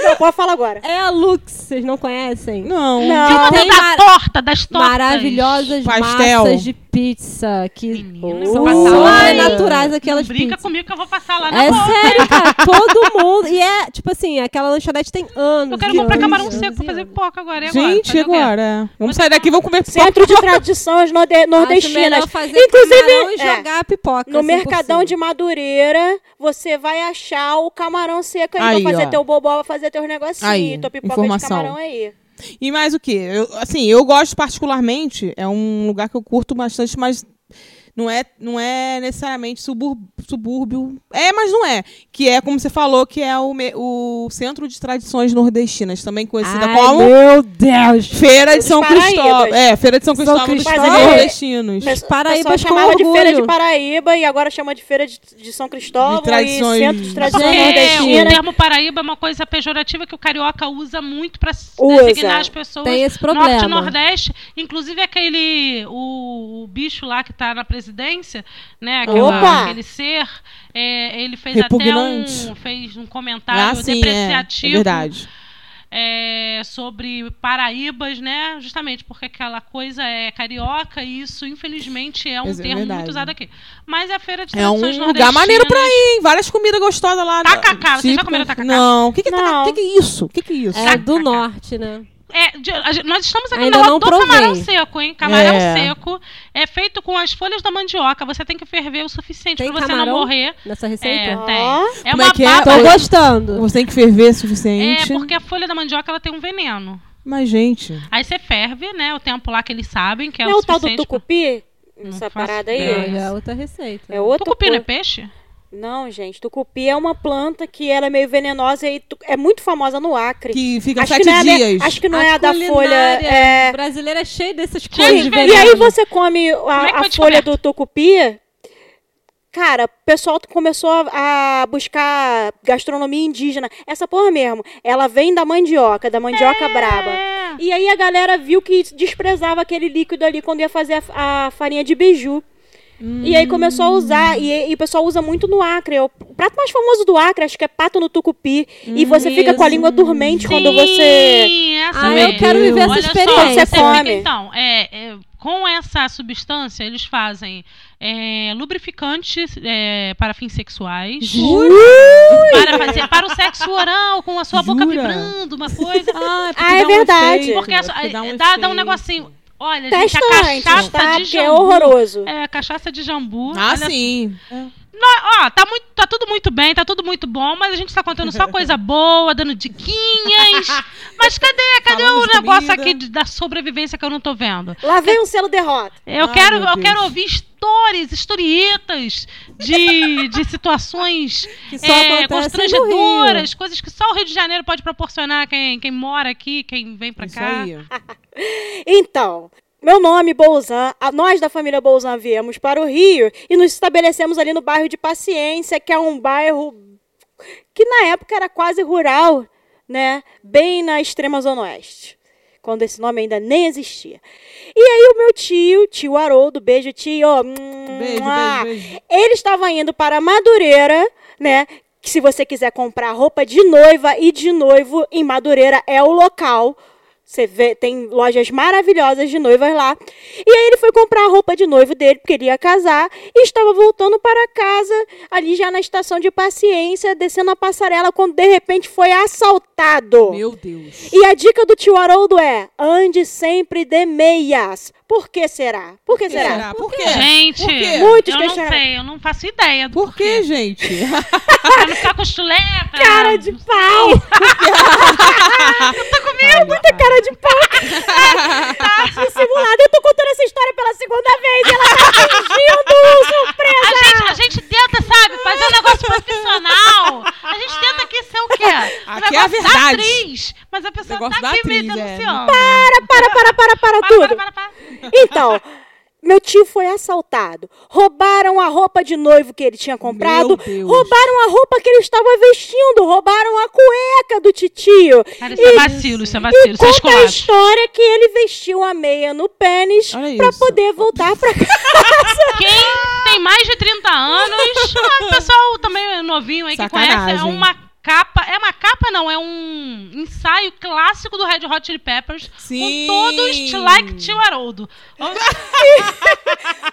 [SPEAKER 5] Não, pode falar agora.
[SPEAKER 3] É a Lux, vocês não conhecem?
[SPEAKER 2] Não.
[SPEAKER 5] Não.
[SPEAKER 3] tem
[SPEAKER 4] da
[SPEAKER 3] mar-
[SPEAKER 4] torta, das tortas.
[SPEAKER 3] Maravilhosas
[SPEAKER 2] Pastel.
[SPEAKER 3] massas de pizza que
[SPEAKER 4] Menina,
[SPEAKER 3] são
[SPEAKER 5] passar
[SPEAKER 2] lá, hein?
[SPEAKER 3] sobrenaturais
[SPEAKER 4] Não
[SPEAKER 3] aquelas
[SPEAKER 4] brinca
[SPEAKER 3] pizzas.
[SPEAKER 4] comigo que eu vou passar lá Tá na
[SPEAKER 3] É
[SPEAKER 4] boa. [laughs]
[SPEAKER 3] sério, cara, todo mundo. E é, tipo assim, aquela lanchonete tem anos.
[SPEAKER 4] Eu quero
[SPEAKER 3] e
[SPEAKER 4] comprar
[SPEAKER 3] anos,
[SPEAKER 4] camarão
[SPEAKER 3] anos
[SPEAKER 4] seco pra
[SPEAKER 3] e
[SPEAKER 4] fazer
[SPEAKER 3] anos.
[SPEAKER 4] pipoca agora. E agora? tá
[SPEAKER 2] Gente,
[SPEAKER 4] Fazer o quê?
[SPEAKER 2] agora. Vamos sair daqui, vamos comer pipoca.
[SPEAKER 5] Centro de tradições norde-
[SPEAKER 3] Acho melhor
[SPEAKER 5] nordestinas.
[SPEAKER 3] fazer
[SPEAKER 5] Inclusive,
[SPEAKER 3] camarão e
[SPEAKER 5] é,
[SPEAKER 3] jogar a pipoca.
[SPEAKER 5] No
[SPEAKER 3] assim, por
[SPEAKER 5] Mercadão
[SPEAKER 3] cima.
[SPEAKER 5] de Madureira, você vai achar o camarão seco aí,
[SPEAKER 2] Aí,
[SPEAKER 5] pra fazer
[SPEAKER 2] ó.
[SPEAKER 5] teu bobó, pra fazer teus negocinhos,
[SPEAKER 2] Aí,
[SPEAKER 5] tua pipoca
[SPEAKER 2] informação.
[SPEAKER 5] de camarão aí.
[SPEAKER 2] E mais o quê? Eu, assim, eu gosto particularmente, é um lugar que eu curto bastante, mas não é, não é necessariamente subur- subúrbio. É, mas não é. Que é, como você falou, que é o, me- o Centro de Tradições Nordestinas, também conhecida
[SPEAKER 3] Ai,
[SPEAKER 2] como
[SPEAKER 3] Meu Deus!
[SPEAKER 2] Feira de
[SPEAKER 5] Dos
[SPEAKER 2] São
[SPEAKER 5] Paraíbas.
[SPEAKER 2] Cristóvão. É, Feira de São Cristóvão dos
[SPEAKER 5] Cristóvão.
[SPEAKER 2] Padres
[SPEAKER 5] Mas é-
[SPEAKER 2] Nordestinos.
[SPEAKER 5] Mas
[SPEAKER 3] Paraíba
[SPEAKER 5] o pessoal
[SPEAKER 3] com
[SPEAKER 5] chamava de
[SPEAKER 3] orgulho.
[SPEAKER 5] Feira de Paraíba e agora chama de Feira de, de São Cristóvão
[SPEAKER 2] De tradições.
[SPEAKER 5] e Centro de Tradições
[SPEAKER 4] Porque o
[SPEAKER 5] Nordestinas.
[SPEAKER 4] termo Paraíba é uma coisa pejorativa que o carioca usa muito pra s-
[SPEAKER 5] Usa.
[SPEAKER 4] designar as pessoas.
[SPEAKER 3] Tem esse
[SPEAKER 4] Norte
[SPEAKER 3] problema.
[SPEAKER 4] e Nordeste, inclusive aquele o, o bicho lá que tá na presidência, né? aquela-
[SPEAKER 5] Opa!
[SPEAKER 4] Aquele ser, é, ele fez até
[SPEAKER 2] Repugnante.
[SPEAKER 4] um fez um
[SPEAKER 2] Ah,
[SPEAKER 4] comentário
[SPEAKER 2] sim, é. é
[SPEAKER 4] Tá, depreciativo
[SPEAKER 2] verdade.
[SPEAKER 4] é, sobre Paraíbas, né? Justamente porque aquela coisa é carioca e isso, infelizmente, é um
[SPEAKER 2] Isso é
[SPEAKER 4] termo muito
[SPEAKER 2] verdade.
[SPEAKER 4] usado aqui. Mas a feira de
[SPEAKER 2] É um
[SPEAKER 4] tradições
[SPEAKER 2] lugar maneiro pra
[SPEAKER 4] nordestinas- é
[SPEAKER 2] ir, hein? Várias comidas gostosas lá.
[SPEAKER 4] Tacacá, Tá vocês já
[SPEAKER 2] Típica.
[SPEAKER 4] comeram tá tacacá?
[SPEAKER 2] Não. O que, que, é tacacá?
[SPEAKER 5] Não.
[SPEAKER 2] O que, que é isso? O que, que é isso?
[SPEAKER 3] É do norte, né?
[SPEAKER 4] É, de- a gente- nós estamos aqui
[SPEAKER 3] Ainda
[SPEAKER 4] no
[SPEAKER 3] não
[SPEAKER 4] do camarão
[SPEAKER 3] provei.
[SPEAKER 4] seco, hein? Camarão
[SPEAKER 2] É.
[SPEAKER 4] seco é feito com as folhas da mandioca. Você tem que ferver o suficiente
[SPEAKER 3] Tem
[SPEAKER 4] pra você não
[SPEAKER 3] camarão?
[SPEAKER 4] morrer.
[SPEAKER 3] Nessa
[SPEAKER 4] É,
[SPEAKER 3] receita?
[SPEAKER 4] tem.
[SPEAKER 5] Ó.
[SPEAKER 4] É
[SPEAKER 2] Como
[SPEAKER 4] uma
[SPEAKER 2] é que é?
[SPEAKER 4] baba.
[SPEAKER 5] Ah,
[SPEAKER 3] Tô gostando.
[SPEAKER 2] Você tem que ferver o
[SPEAKER 4] É,
[SPEAKER 2] suficiente.
[SPEAKER 4] porque a folha da mandioca ela tem um veneno.
[SPEAKER 2] Mas, gente.
[SPEAKER 4] Aí você ferve, né? O tempo lá que eles sabem, que é
[SPEAKER 5] Não é
[SPEAKER 4] o
[SPEAKER 5] o tal do
[SPEAKER 4] suficiente. pra-
[SPEAKER 5] tucupi? Essa
[SPEAKER 4] faço
[SPEAKER 5] parada aí?
[SPEAKER 4] ideia.
[SPEAKER 3] Não, já é outra receita.
[SPEAKER 5] É outra
[SPEAKER 4] Tucupi não é
[SPEAKER 5] coisa.
[SPEAKER 4] peixe?
[SPEAKER 5] Não, gente. Tucupi é uma planta que ela é meio venenosa e tu- é muito famosa no Acre.
[SPEAKER 2] Que fica
[SPEAKER 5] acho
[SPEAKER 2] sete
[SPEAKER 5] que não é, né?
[SPEAKER 2] dias.
[SPEAKER 5] Acho que não
[SPEAKER 3] A
[SPEAKER 5] é a da
[SPEAKER 3] culinária
[SPEAKER 5] folha. É...
[SPEAKER 3] brasileira é cheia dessas
[SPEAKER 4] Gente,
[SPEAKER 3] coisas de
[SPEAKER 5] E aí
[SPEAKER 3] veneno.
[SPEAKER 5] você come
[SPEAKER 4] é
[SPEAKER 5] a,
[SPEAKER 4] que
[SPEAKER 5] a
[SPEAKER 4] foi
[SPEAKER 5] folha
[SPEAKER 4] descoberto?
[SPEAKER 5] do tucupi. Cara, o pessoal começou a a buscar gastronomia indígena. Essa porra mesmo. Ela vem da mandioca, da mandioca braba.
[SPEAKER 4] É.
[SPEAKER 5] E aí a galera viu que desprezava aquele líquido ali quando ia fazer a, a farinha de biju. E aí começou a usar, e, e o pessoal usa muito no Acre. É O prato mais famoso do Acre, acho que é pato no tucupi. e você fica com a
[SPEAKER 3] isso.
[SPEAKER 5] língua dormente quando
[SPEAKER 4] Sim,
[SPEAKER 5] você...
[SPEAKER 4] essa
[SPEAKER 3] Ah,
[SPEAKER 4] mesmo.
[SPEAKER 3] eu quero viver essa
[SPEAKER 4] Olha só,
[SPEAKER 3] experiência.
[SPEAKER 5] Você come.
[SPEAKER 4] fica- então, é, é, com essa substância, eles fazem é, lubrificante é, para fins sexuais.
[SPEAKER 2] Jura?
[SPEAKER 4] Para, fazer, para o sexo oral, com a sua boca
[SPEAKER 2] Jura?
[SPEAKER 4] vibrando, uma coisa.
[SPEAKER 2] Ah,
[SPEAKER 5] Ah, é verdade.
[SPEAKER 4] Porque essa- dá, um dá, um negocinho. Olha, gente,
[SPEAKER 5] Testa
[SPEAKER 4] a
[SPEAKER 5] antes,
[SPEAKER 4] cachaça
[SPEAKER 5] tá?
[SPEAKER 4] de
[SPEAKER 5] Porque é
[SPEAKER 4] jambu.
[SPEAKER 5] horroroso.
[SPEAKER 4] É, cachaça de jambu.
[SPEAKER 2] Ah,
[SPEAKER 4] olha assim,
[SPEAKER 2] sim.
[SPEAKER 4] Ó, tá, muito, tá tudo muito bem, tá tudo muito bom, mas a gente tá contando só
[SPEAKER 2] [laughs]
[SPEAKER 4] coisa boa, dando diquinhas. Mas cadê? Cadê
[SPEAKER 2] Falando
[SPEAKER 4] o
[SPEAKER 2] de
[SPEAKER 4] negócio
[SPEAKER 2] comida.
[SPEAKER 4] aqui de- da sobrevivência que eu não tô vendo?
[SPEAKER 5] Lá vem um selo derrota.
[SPEAKER 4] Eu
[SPEAKER 2] Ai,
[SPEAKER 4] quero,
[SPEAKER 2] meu
[SPEAKER 4] eu
[SPEAKER 2] Deus.
[SPEAKER 4] quero ouvir stories, historietas
[SPEAKER 2] [laughs]
[SPEAKER 4] de, de situações
[SPEAKER 3] Que só
[SPEAKER 4] é,
[SPEAKER 3] acontece no Rio.
[SPEAKER 4] constrangedoras, coisas que só o Rio de Janeiro pode proporcionar quem, quem mora aqui, quem vem pra
[SPEAKER 2] Isso
[SPEAKER 4] cá.
[SPEAKER 2] aí.
[SPEAKER 5] Então, meu nome, Bolzan, a- nós da família Bolzan viemos para o Rio e nos estabelecemos ali no bairro de Paciência, que é um bairro que na época era quase rural, né? Bem na extrema zona oeste. Quando esse nome ainda nem existia. E aí o meu tio, tio Haroldo, beijo tio.
[SPEAKER 2] Beijo,
[SPEAKER 5] Mua.
[SPEAKER 2] beijo, beijo.
[SPEAKER 5] Ele estava indo para Madureira, né? Que se você quiser comprar roupa de noiva e de noivo, em Madureira é o local. Você vê, tem lojas maravilhosas de noivas lá. E aí ele foi comprar a roupa de noivo dele, porque ele ia casar, e estava voltando para casa, ali já na estação de paciência, descendo a passarela, quando de repente foi assaltado.
[SPEAKER 2] Meu Deus.
[SPEAKER 5] E a dica do tio Haroldo é: ande sempre de meias. Por que será? Por que, será?
[SPEAKER 2] Por quê?
[SPEAKER 4] Gente,
[SPEAKER 2] É, Por quê?
[SPEAKER 5] Muitos
[SPEAKER 4] eu não
[SPEAKER 5] questionamentos.
[SPEAKER 4] sei, eu não faço ideia do
[SPEAKER 2] Por quê,
[SPEAKER 4] porquê.
[SPEAKER 2] gente? [laughs]
[SPEAKER 4] Pra não ficar com chuleta.
[SPEAKER 5] Cara de
[SPEAKER 4] [laughs]
[SPEAKER 5] pau!
[SPEAKER 4] tá
[SPEAKER 2] Comigo, muita cara.
[SPEAKER 5] cara de
[SPEAKER 2] [laughs]
[SPEAKER 5] pau. Ah, Dissimulada. Eu tô contando essa história pela segunda vez e ela tá fingindo surpresa.
[SPEAKER 4] A gente, a gente tenta, sabe, fazer um negócio profissional. A gente tenta aqui ser o quê? Um
[SPEAKER 2] Aqui é a
[SPEAKER 4] negócio da
[SPEAKER 2] verdade.
[SPEAKER 4] atriz. Mas a pessoa
[SPEAKER 2] Negócio
[SPEAKER 4] tá
[SPEAKER 2] da
[SPEAKER 4] aqui me
[SPEAKER 2] atriz, é.
[SPEAKER 4] denunciando.
[SPEAKER 5] Para, para, para, para,
[SPEAKER 4] Para, para,
[SPEAKER 5] tudo.
[SPEAKER 4] para, para.
[SPEAKER 5] Então, meu tio foi assaltado. Roubaram a roupa de noivo que ele tinha comprado.
[SPEAKER 2] Meu Deus.
[SPEAKER 5] Roubaram a roupa que ele estava vestindo. Roubaram a cueca do titio.
[SPEAKER 4] Cara, isso é vacilo, isso é vacilo,
[SPEAKER 5] e
[SPEAKER 4] isso é
[SPEAKER 5] conta a
[SPEAKER 4] esculacho.
[SPEAKER 5] história que ele vestiu a meia no pênis
[SPEAKER 2] Olha
[SPEAKER 5] pra
[SPEAKER 2] isso.
[SPEAKER 5] poder voltar pra [laughs] casa.
[SPEAKER 4] Quem tem mais de 30 anos, ah, o pessoal também novinho aí que
[SPEAKER 2] Sacanagem.
[SPEAKER 4] conhece, é uma capa, é uma capa não, é um ensaio clássico do Red Hot Chili Peppers
[SPEAKER 2] Sim.
[SPEAKER 4] com todos like tio Haroldo.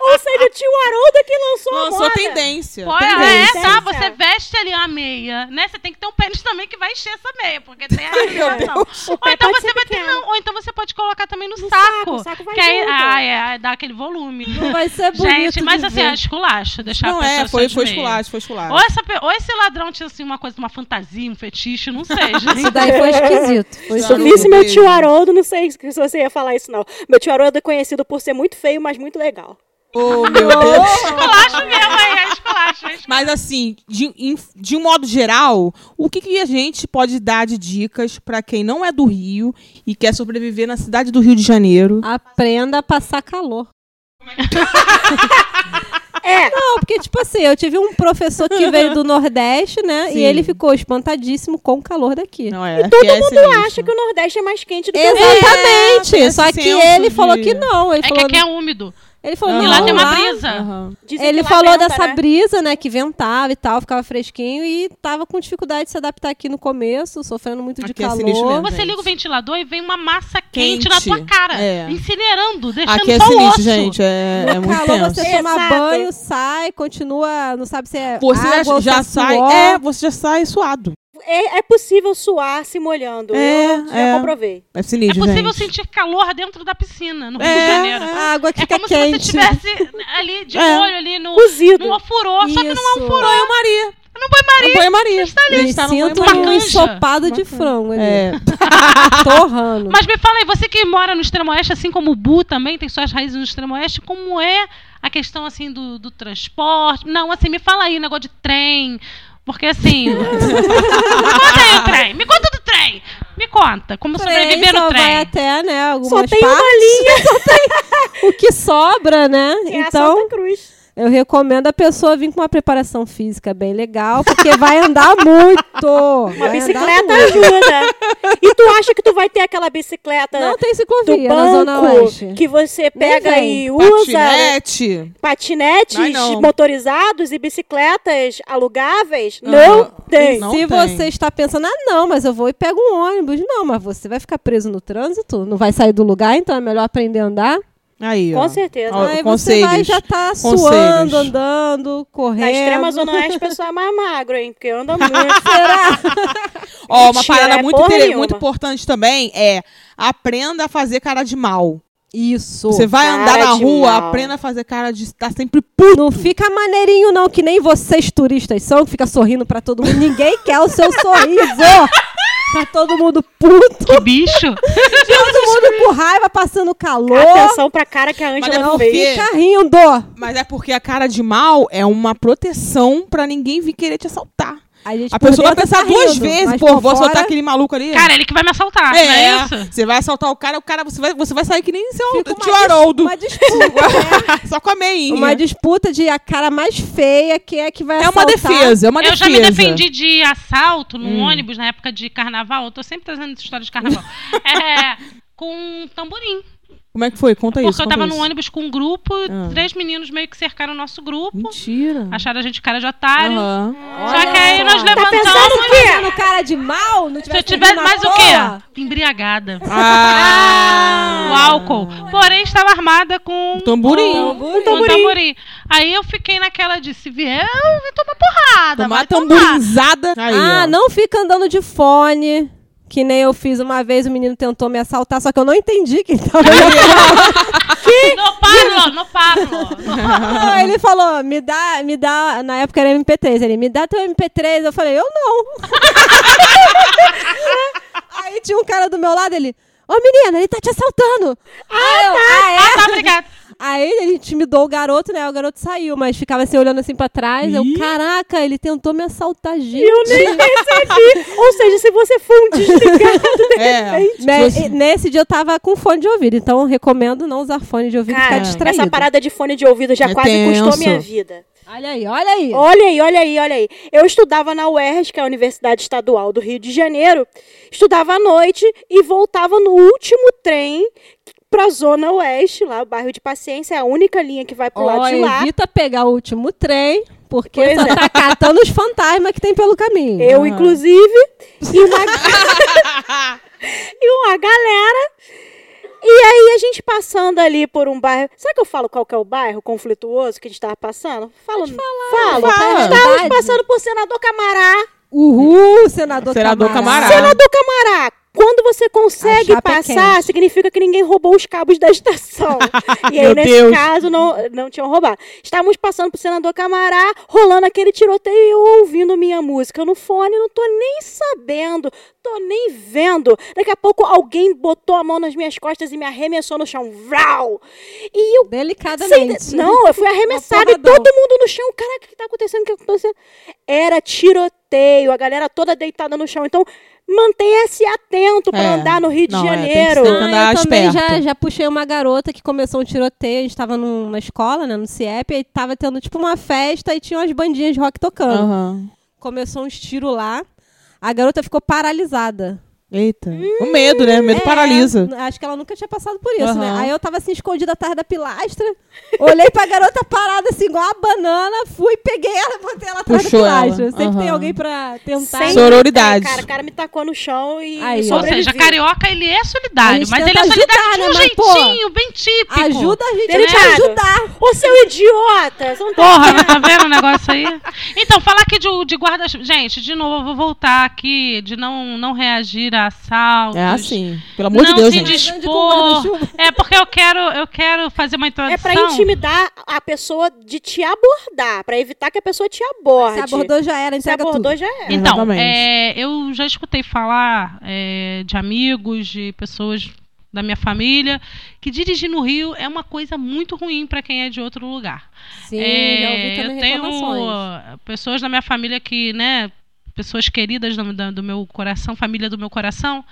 [SPEAKER 5] Ou seja, o tio Haroldo é que lançou, a
[SPEAKER 2] Lançou
[SPEAKER 5] moda.
[SPEAKER 2] tendência.
[SPEAKER 4] Pô, é,
[SPEAKER 2] tendência.
[SPEAKER 4] tá,
[SPEAKER 5] Licença.
[SPEAKER 4] você veste ali a meia, né? Você tem que ter um pênis também que vai encher essa meia, porque tem a reação. Ou
[SPEAKER 5] pé
[SPEAKER 4] então
[SPEAKER 5] pode
[SPEAKER 4] você
[SPEAKER 5] ser
[SPEAKER 4] vai ter,
[SPEAKER 5] pequeno.
[SPEAKER 4] não, ou então você pode colocar também no,
[SPEAKER 5] No saco,
[SPEAKER 4] saco.
[SPEAKER 5] o saco vai
[SPEAKER 4] que aí,
[SPEAKER 5] junto.
[SPEAKER 4] ah, é, aí dá aquele volume.
[SPEAKER 3] Não vai ser bonito
[SPEAKER 4] Gente, mas
[SPEAKER 3] de
[SPEAKER 4] assim,
[SPEAKER 3] ver.
[SPEAKER 4] é esculacho, deixar a
[SPEAKER 2] Não
[SPEAKER 4] pessoa
[SPEAKER 2] é, foi,
[SPEAKER 4] só de
[SPEAKER 2] foi
[SPEAKER 4] meia.
[SPEAKER 2] esculacho, foi esculacho.
[SPEAKER 4] Ou, essa pe- ou esse ladrão tinha assim uma coisa, uma fantasia, um fetiche, não sei,
[SPEAKER 2] [laughs] Então,
[SPEAKER 3] Isso
[SPEAKER 4] gente.
[SPEAKER 3] daí foi esquisito. Foi
[SPEAKER 5] Se eu
[SPEAKER 2] Não,
[SPEAKER 3] esquisito.
[SPEAKER 5] visse meu
[SPEAKER 2] beijo.
[SPEAKER 5] tio Haroldo, não sei se você ia falar isso, não. Meu tio Haroldo é conhecido por ser muito feio, mas muito legal.
[SPEAKER 2] Oh,
[SPEAKER 4] [laughs]
[SPEAKER 2] meu Deus.
[SPEAKER 4] esculacho mesmo, aí, é esculacho. é esculacho.
[SPEAKER 2] Mas assim, de, em- de um modo geral, o que, que a gente pode dar de dicas pra quem não é do Rio e quer sobreviver na cidade do Rio de Janeiro?
[SPEAKER 3] Aprenda a passar calor. [laughs]
[SPEAKER 5] É,
[SPEAKER 3] Não, porque, tipo assim, eu tive um professor que veio do Nordeste, né?
[SPEAKER 2] Sim.
[SPEAKER 3] E ele ficou espantadíssimo com o calor daqui.
[SPEAKER 2] Não é. Todo mundo
[SPEAKER 5] acha que o Nordeste é mais quente do que o Rio.
[SPEAKER 3] Exatamente!
[SPEAKER 2] É, tem
[SPEAKER 3] Só que
[SPEAKER 2] senso
[SPEAKER 3] ele
[SPEAKER 2] de-
[SPEAKER 3] falou que não. Ele
[SPEAKER 4] É que
[SPEAKER 3] falou,
[SPEAKER 4] aqui é úmido.
[SPEAKER 3] Ele falou,
[SPEAKER 2] Aham.
[SPEAKER 3] não,
[SPEAKER 4] E lá tem uma
[SPEAKER 3] lá-
[SPEAKER 4] brisa.
[SPEAKER 2] Aham.
[SPEAKER 5] Dizem
[SPEAKER 3] Ele
[SPEAKER 5] que lá
[SPEAKER 3] falou
[SPEAKER 5] venta,
[SPEAKER 3] dessa
[SPEAKER 5] né?
[SPEAKER 3] brisa, né, que ventava e tal, ficava fresquinho e tava com dificuldade de se adaptar aqui no começo, sofrendo muito de
[SPEAKER 2] Aqui é sinistro
[SPEAKER 3] calor.
[SPEAKER 2] mesmo.
[SPEAKER 4] Você liga o ventilador e vem uma massa quente,
[SPEAKER 2] Quente.
[SPEAKER 4] na tua cara,
[SPEAKER 2] É.
[SPEAKER 4] incinerando, deixando
[SPEAKER 2] Aqui é
[SPEAKER 4] só o
[SPEAKER 2] sinistro,
[SPEAKER 4] osso.
[SPEAKER 2] gente. É, é
[SPEAKER 3] no
[SPEAKER 2] muito
[SPEAKER 3] calor
[SPEAKER 2] tenso.
[SPEAKER 3] você toma
[SPEAKER 5] Exato.
[SPEAKER 3] banho, sai, continua, não sabe se é
[SPEAKER 2] Você
[SPEAKER 3] água ou se
[SPEAKER 2] já
[SPEAKER 3] é
[SPEAKER 2] sai.
[SPEAKER 3] suor.
[SPEAKER 2] É, você já sai suado.
[SPEAKER 5] É, é possível suar se molhando.
[SPEAKER 2] É,
[SPEAKER 5] eu já
[SPEAKER 2] é.
[SPEAKER 5] comprovei.
[SPEAKER 2] É
[SPEAKER 4] É
[SPEAKER 2] sinistro,
[SPEAKER 4] possível
[SPEAKER 2] gente.
[SPEAKER 4] sentir calor dentro da piscina, no Rio de
[SPEAKER 2] É,
[SPEAKER 4] Janeiro.
[SPEAKER 3] A água
[SPEAKER 4] É
[SPEAKER 3] que fica
[SPEAKER 4] como
[SPEAKER 3] quente.
[SPEAKER 4] se você estivesse ali de
[SPEAKER 2] É.
[SPEAKER 4] olho ali no,
[SPEAKER 5] Cozido.
[SPEAKER 4] no ofurô, só que não é um
[SPEAKER 3] Isso.
[SPEAKER 4] furô.
[SPEAKER 2] Banho-maria.
[SPEAKER 4] No banho-maria.
[SPEAKER 2] Banho-maria. A
[SPEAKER 3] Me
[SPEAKER 2] gente tá no
[SPEAKER 3] sinto
[SPEAKER 4] banho-maria.
[SPEAKER 3] um
[SPEAKER 4] Uma canja.
[SPEAKER 3] ensopado de frango ali.
[SPEAKER 2] É.
[SPEAKER 4] [laughs]
[SPEAKER 3] Torrando.
[SPEAKER 4] Mas me fala aí, você que mora no extremo oeste, assim como o Bu também tem suas raízes no extremo oeste, como é a questão assim do, do transporte? Não, assim, me fala aí, negócio de trem. Porque
[SPEAKER 3] [laughs]
[SPEAKER 4] assim. me conta aí o trem. Me conta do trem. Me conta. Como sobreviver no
[SPEAKER 3] só vai
[SPEAKER 4] trem.
[SPEAKER 3] até, né, algumas
[SPEAKER 5] Só tem uma
[SPEAKER 3] partes. [laughs]
[SPEAKER 5] linha
[SPEAKER 3] O que sobra, né?
[SPEAKER 5] que é a
[SPEAKER 3] então,
[SPEAKER 5] Santa Cruz.
[SPEAKER 3] eu recomendo a pessoa vir com uma preparação física bem legal, porque vai andar [laughs] muito.
[SPEAKER 5] Uma
[SPEAKER 3] vai andar
[SPEAKER 5] bicicleta
[SPEAKER 3] muito.
[SPEAKER 5] ajuda. e tu acha que tu vai ter aquela bicicleta
[SPEAKER 3] Não tem
[SPEAKER 5] do
[SPEAKER 3] ciclovia na Zona Oeste.
[SPEAKER 5] banco que você pega
[SPEAKER 3] vem.
[SPEAKER 5] e usa né?
[SPEAKER 2] Patinete.
[SPEAKER 5] patinetes
[SPEAKER 2] Ai, não.
[SPEAKER 5] motorizados e bicicletas alugáveis?
[SPEAKER 2] Aham.
[SPEAKER 5] Não tem.
[SPEAKER 2] Não
[SPEAKER 3] Se
[SPEAKER 2] tem.
[SPEAKER 3] você está pensando, ah, não, mas eu vou e pego um ônibus. Não, mas você vai ficar preso no trânsito, não vai sair do lugar, então é melhor aprender a andar.
[SPEAKER 2] Aí, ó.
[SPEAKER 5] Com certeza.
[SPEAKER 2] Ó,
[SPEAKER 3] Aí você
[SPEAKER 2] conselhos.
[SPEAKER 3] vai e já tá
[SPEAKER 2] Conselhos.
[SPEAKER 3] suando, andando, correndo.
[SPEAKER 5] Na Tá extrema zona oeste,
[SPEAKER 3] [laughs]
[SPEAKER 5] o pessoal é mais magro, hein? Porque [laughs] anda muito. [laughs]
[SPEAKER 2] Ó, uma
[SPEAKER 5] Mentira,
[SPEAKER 2] parada
[SPEAKER 5] é
[SPEAKER 2] muito,
[SPEAKER 5] porra
[SPEAKER 2] intere-
[SPEAKER 5] nenhuma.
[SPEAKER 2] muito importante também é aprenda a fazer cara de mal.
[SPEAKER 3] Isso.
[SPEAKER 2] Você é vai
[SPEAKER 5] Cara
[SPEAKER 2] andar na
[SPEAKER 5] de
[SPEAKER 2] rua,
[SPEAKER 5] mal.
[SPEAKER 2] aprenda a fazer cara de estar sempre puto.
[SPEAKER 3] Não fica maneirinho, não, que nem vocês turistas são, que fica sorrindo pra todo mundo. Ninguém quer o seu sorriso.
[SPEAKER 5] [laughs]
[SPEAKER 3] Tá todo mundo puto,
[SPEAKER 4] Que bicho.
[SPEAKER 3] todo mundo com raiva, passando calor.
[SPEAKER 5] Atenção pra cara que a Ângela
[SPEAKER 2] Mas é
[SPEAKER 5] não
[SPEAKER 2] não
[SPEAKER 5] fez.
[SPEAKER 2] fica-
[SPEAKER 3] Fica rindo.
[SPEAKER 2] Mas é porque a cara de mal é uma proteção pra ninguém vir querer te assaltar.
[SPEAKER 3] A, gente
[SPEAKER 2] A
[SPEAKER 3] por
[SPEAKER 2] pessoa vai
[SPEAKER 3] dentro
[SPEAKER 2] pensar
[SPEAKER 3] tá
[SPEAKER 2] duas
[SPEAKER 3] rindo,
[SPEAKER 2] vezes,
[SPEAKER 3] mas
[SPEAKER 2] pô,
[SPEAKER 3] por
[SPEAKER 2] vou
[SPEAKER 3] fora
[SPEAKER 2] assaltar aquele maluco ali.
[SPEAKER 4] Cara, ele que vai me assaltar, não é isso?
[SPEAKER 2] Você vai assaltar o cara, o cara você vai, você vai sair que nem seu
[SPEAKER 3] fica uma
[SPEAKER 2] tio
[SPEAKER 3] dis-
[SPEAKER 2] Haroldo. [laughs]
[SPEAKER 3] Uma disputa, né?
[SPEAKER 2] Só com a meinha.
[SPEAKER 3] Uma disputa de a cara mais feia, quem é que vai
[SPEAKER 2] É uma
[SPEAKER 3] assaltar.
[SPEAKER 2] defesa, é uma
[SPEAKER 4] eu
[SPEAKER 2] defesa.
[SPEAKER 4] já me defendi de assalto
[SPEAKER 3] Hum.
[SPEAKER 4] num ônibus na época de carnaval. Eu tô sempre trazendo essa história de
[SPEAKER 3] [laughs]
[SPEAKER 4] carnaval. é, com um tamborim.
[SPEAKER 2] Como é que foi? Conta isso.
[SPEAKER 4] porque eu
[SPEAKER 2] conta
[SPEAKER 4] tava
[SPEAKER 2] isso.
[SPEAKER 4] num ônibus com um grupo,
[SPEAKER 2] Ah.
[SPEAKER 4] três meninos meio que cercaram o nosso grupo.
[SPEAKER 2] Mentira.
[SPEAKER 4] Acharam a gente cara de otário.
[SPEAKER 2] Aham.
[SPEAKER 4] Só que aí
[SPEAKER 3] só.
[SPEAKER 4] nós
[SPEAKER 3] Tá
[SPEAKER 4] levantamos.
[SPEAKER 3] Tá fazendo cara de mal? Não
[SPEAKER 4] se eu
[SPEAKER 3] tivesse
[SPEAKER 4] tivesse
[SPEAKER 3] na
[SPEAKER 4] mais o
[SPEAKER 3] toa?
[SPEAKER 4] quê? Embriagada.
[SPEAKER 2] Ah!
[SPEAKER 4] O álcool. Porém, estava armada com.
[SPEAKER 2] Um tamborim.
[SPEAKER 4] Com um tamborim. Aí eu fiquei naquela de se vier, eu vou tomar porrada.
[SPEAKER 2] Tomar
[SPEAKER 4] vai tomar.
[SPEAKER 2] tamborinzada.
[SPEAKER 3] ah, não fica andando de fone. Que nem eu fiz uma vez, o menino tentou me assaltar, só que eu não entendi que ele tava
[SPEAKER 4] No Pablo, no
[SPEAKER 3] [laughs]
[SPEAKER 4] Pablo.
[SPEAKER 3] Aí ele falou, me dá, me dá. Na época era MP3. Ele, me dá teu MP3. Eu falei, eu não. [laughs] Aí tinha um cara do meu lado, ele, ô menina, ele tá te assaltando. Ah, eu, ah, é?
[SPEAKER 4] Tá, obrigada.
[SPEAKER 3] Aí ele intimidou o garoto, né? O garoto saiu, mas ficava assim olhando assim pra trás. Eu,
[SPEAKER 2] Ih.
[SPEAKER 3] caraca, ele tentou me assaltar, gente.
[SPEAKER 5] Eu
[SPEAKER 2] [laughs]
[SPEAKER 5] nem percebi. Ou seja, se você for um desligado, [laughs]
[SPEAKER 2] É.
[SPEAKER 3] Né, e Nesse dia eu tava com fone de ouvido, então eu recomendo não usar fone de ouvido, ficar
[SPEAKER 5] cara,
[SPEAKER 3] distraído.
[SPEAKER 5] essa parada de fone de ouvido já
[SPEAKER 2] É
[SPEAKER 5] quase custou
[SPEAKER 2] tenso.
[SPEAKER 5] minha vida.
[SPEAKER 3] Olha aí, olha aí.
[SPEAKER 5] Olha aí, olha aí, olha aí. Eu estudava na UERJ, que é a Universidade Estadual do Rio de Janeiro, estudava à noite e voltava no último trem pra Zona Oeste, lá, o bairro de Paciência, é a única linha que vai pro
[SPEAKER 3] Ó,
[SPEAKER 5] lado de lá.
[SPEAKER 3] evita pegar o último trem, porque
[SPEAKER 5] Pois
[SPEAKER 3] só
[SPEAKER 5] é.
[SPEAKER 3] tá catando os fantasmas que tem pelo caminho.
[SPEAKER 5] Eu,
[SPEAKER 3] Ah.
[SPEAKER 5] inclusive, e uma... [laughs] e uma galera. E aí a gente passando ali por um bairro. Será que eu falo qual que é o bairro conflituoso que a gente tava passando? Falo, falo.
[SPEAKER 2] Fala.
[SPEAKER 5] Estávamos
[SPEAKER 3] Verdade.
[SPEAKER 5] passando por Senador Camará.
[SPEAKER 3] Uhul, senador,
[SPEAKER 2] Senador Camará.
[SPEAKER 5] Senador Camará, quando você
[SPEAKER 3] A
[SPEAKER 5] consegue
[SPEAKER 3] chapa é
[SPEAKER 5] passar,
[SPEAKER 3] quente.
[SPEAKER 5] significa que ninguém roubou os cabos
[SPEAKER 3] [laughs]
[SPEAKER 5] da estação. e aí,
[SPEAKER 2] Meu
[SPEAKER 5] nesse
[SPEAKER 2] Deus.
[SPEAKER 5] caso, não, não tinham roubado. Estávamos passando pro senador Camará, rolando aquele tiroteio e eu ouvindo minha música no fone, não tô nem sabendo, tô nem vendo. Daqui a pouco alguém botou a mão nas minhas costas e me arremessou no chão. Vrau! E eu
[SPEAKER 3] Delicadamente.
[SPEAKER 5] Sim, não,
[SPEAKER 2] [laughs]
[SPEAKER 5] eu fui arremessada
[SPEAKER 3] Uma
[SPEAKER 5] e
[SPEAKER 3] porradão.
[SPEAKER 5] todo mundo no chão. Caraca, o que tá acontecendo? O que tá acontecendo? Era tiroteio, a galera toda deitada no chão. Então, mantenha-se atento pra
[SPEAKER 2] É,
[SPEAKER 5] andar no Rio de
[SPEAKER 2] não, é, tem que
[SPEAKER 5] Janeiro.
[SPEAKER 2] ser-
[SPEAKER 3] Ah,
[SPEAKER 2] andar
[SPEAKER 3] eu também
[SPEAKER 2] esperto.
[SPEAKER 3] já, já puxei uma garota que começou um tiroteio. A gente tava numa escola, né, no CIEP, aí tava tendo tipo uma festa e tinha umas bandinhas de rock tocando.
[SPEAKER 2] Aham.
[SPEAKER 3] Começou uns tiros lá. A garota ficou paralisada.
[SPEAKER 2] Eita. o medo, né? O medo
[SPEAKER 3] É,
[SPEAKER 2] paralisa.
[SPEAKER 3] Acho que ela nunca tinha passado por isso, né?
[SPEAKER 2] Aham.
[SPEAKER 3] Aí eu tava assim, escondida atrás da pilastra. [laughs] Olhei pra garota parada assim, igual uma banana. Fui, peguei ela, botei ela atrás
[SPEAKER 2] Puxou
[SPEAKER 3] da pilastra.
[SPEAKER 2] ela.
[SPEAKER 3] Sempre tem
[SPEAKER 2] Aham.
[SPEAKER 3] alguém pra tentar.
[SPEAKER 5] Sempre
[SPEAKER 2] Sororidade.
[SPEAKER 5] tem, tá Cara, o cara me tacou no chão
[SPEAKER 3] Aí,
[SPEAKER 5] e
[SPEAKER 3] ó.
[SPEAKER 4] Ou
[SPEAKER 5] sobrevivi.
[SPEAKER 4] seja, carioca, ele é
[SPEAKER 3] A
[SPEAKER 4] solidário,
[SPEAKER 3] gente
[SPEAKER 4] mas
[SPEAKER 3] tenta
[SPEAKER 4] ele é solidário
[SPEAKER 3] ajudar,
[SPEAKER 4] de um
[SPEAKER 3] né, mas, pô,
[SPEAKER 4] jeitinho bem típico.
[SPEAKER 3] Ajuda a gente a né? te
[SPEAKER 5] Delicado.
[SPEAKER 3] ajudar.
[SPEAKER 5] Ô, seu idiota! Você não tá
[SPEAKER 4] Porra,
[SPEAKER 2] [laughs]
[SPEAKER 4] mas tá vendo o negócio aí? Então, falar aqui de, de guarda Gente, de novo, eu vou voltar aqui de não, não reagir a assaltos.
[SPEAKER 2] É assim. Pelo amor
[SPEAKER 4] não
[SPEAKER 2] de Deus,
[SPEAKER 4] se
[SPEAKER 2] gente.
[SPEAKER 4] dispor. É porque eu quero, eu quero fazer uma introdução.
[SPEAKER 5] É pra intimidar a pessoa de te abordar, pra evitar que a pessoa te aborde.
[SPEAKER 3] Se abordou, já era.
[SPEAKER 5] Se
[SPEAKER 3] Entrega
[SPEAKER 5] abordou já é.
[SPEAKER 4] Então,
[SPEAKER 2] Exatamente.
[SPEAKER 4] é, eu já escutei falar é, de amigos, de pessoas da minha família, que dirigir no Rio é uma coisa muito ruim pra quem é de outro lugar.
[SPEAKER 3] tudo. Sim,
[SPEAKER 4] É,
[SPEAKER 3] já ouvi também
[SPEAKER 4] eu tenho
[SPEAKER 3] reclamações.
[SPEAKER 4] uh, pessoas da minha família que, né, pessoas queridas do, da- do meu coração, família do meu coração,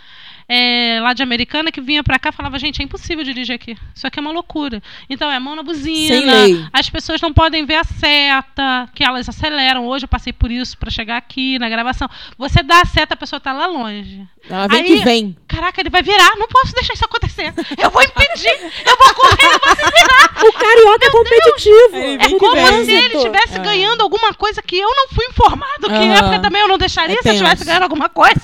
[SPEAKER 4] é, lá de Americana, que vinha pra cá e falava, gente, é impossível dirigir aqui. Isso aqui é uma loucura. Então, é mão na buzina.
[SPEAKER 2] Sem lei.
[SPEAKER 4] As pessoas não podem ver a seta, que elas aceleram. Hoje eu passei por isso pra chegar aqui na gravação. Você dá a seta, a pessoa tá lá longe.
[SPEAKER 2] Ela vem
[SPEAKER 4] Aí-
[SPEAKER 2] que vem.
[SPEAKER 4] Caraca, ele vai virar. Não posso deixar isso acontecer. Eu vou
[SPEAKER 5] [laughs]
[SPEAKER 4] impedir. Eu vou correr. Eu vou
[SPEAKER 5] O carioca é competitivo.
[SPEAKER 2] Ele
[SPEAKER 5] É
[SPEAKER 2] vem que
[SPEAKER 5] muito
[SPEAKER 2] vem.
[SPEAKER 4] como
[SPEAKER 5] trânsito.
[SPEAKER 4] se ele estivesse ganhando alguma coisa que eu não fui informado, que
[SPEAKER 2] Aham.
[SPEAKER 4] na época também eu não deixaria
[SPEAKER 2] É
[SPEAKER 4] se eu estivesse
[SPEAKER 2] tenso.
[SPEAKER 4] ganhando alguma
[SPEAKER 2] [laughs]
[SPEAKER 4] coisa.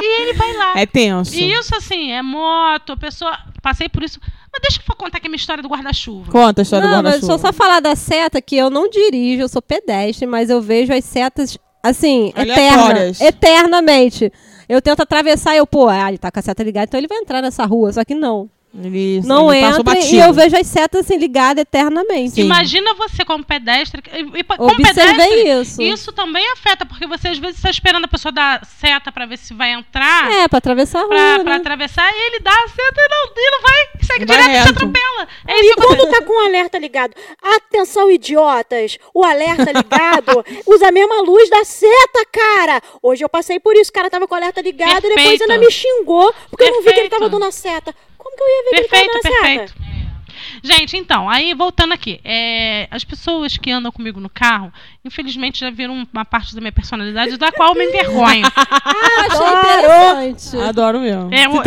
[SPEAKER 4] e ele vai lá.
[SPEAKER 2] É tenso.
[SPEAKER 4] e isso, assim, é moto, a pessoa. Passei por isso. Mas deixa eu contar aqui a minha história do guarda-chuva.
[SPEAKER 2] Conta a história
[SPEAKER 3] Não,
[SPEAKER 2] do
[SPEAKER 3] mas
[SPEAKER 2] guarda-chuva.
[SPEAKER 3] só só falar da seta que eu não dirijo, eu sou pedestre, mas eu vejo as setas, assim, eterna,
[SPEAKER 2] Aleatórias.
[SPEAKER 3] eternamente. Eu tento atravessar e eu, pô, ah, ele tá com a seta ligada, então ele vai entrar nessa rua. Só que não.
[SPEAKER 2] Ele-
[SPEAKER 3] não
[SPEAKER 2] ele passou
[SPEAKER 3] entra e
[SPEAKER 2] batido.
[SPEAKER 3] eu vejo as setas assim, ligadas eternamente.
[SPEAKER 2] Sim.
[SPEAKER 4] Imagina você como pedestre. e- e- Como pedestre,
[SPEAKER 3] Observei isso.
[SPEAKER 4] isso também afeta, porque você às vezes está esperando a pessoa dar seta pra ver se vai entrar.
[SPEAKER 3] É, pra atravessar a rua.
[SPEAKER 4] Pra, pra
[SPEAKER 3] né?
[SPEAKER 4] atravessar, e ele dá a seta e não, e não vai, segue
[SPEAKER 2] Vai
[SPEAKER 4] direto e te
[SPEAKER 2] reto.
[SPEAKER 4] atropela. É
[SPEAKER 5] E
[SPEAKER 4] isso que
[SPEAKER 5] quando tá com o alerta ligado, atenção, idiotas! O
[SPEAKER 4] [laughs]
[SPEAKER 5] alerta ligado usa a mesma luz da seta, cara! Hoje eu passei por isso, o cara tava com o alerta ligado e depois
[SPEAKER 4] Perfeito.
[SPEAKER 5] ainda me xingou porque eu não vi que ele
[SPEAKER 4] Perfeito.
[SPEAKER 5] tava dando a seta. Como que eu ia ver que ele
[SPEAKER 4] Perfeito,
[SPEAKER 5] tava dando a
[SPEAKER 4] perfeito.
[SPEAKER 5] seta?
[SPEAKER 4] Gente, então, aí voltando aqui, é, as pessoas que andam comigo no carro, infelizmente já viram uma parte da minha personalidade da qual eu me envergonho.
[SPEAKER 2] [laughs] tá-
[SPEAKER 3] Ah, achei
[SPEAKER 5] Adoro.
[SPEAKER 3] interessante.
[SPEAKER 2] Adoro mesmo.
[SPEAKER 4] É, eu- eu
[SPEAKER 2] Se
[SPEAKER 4] sou-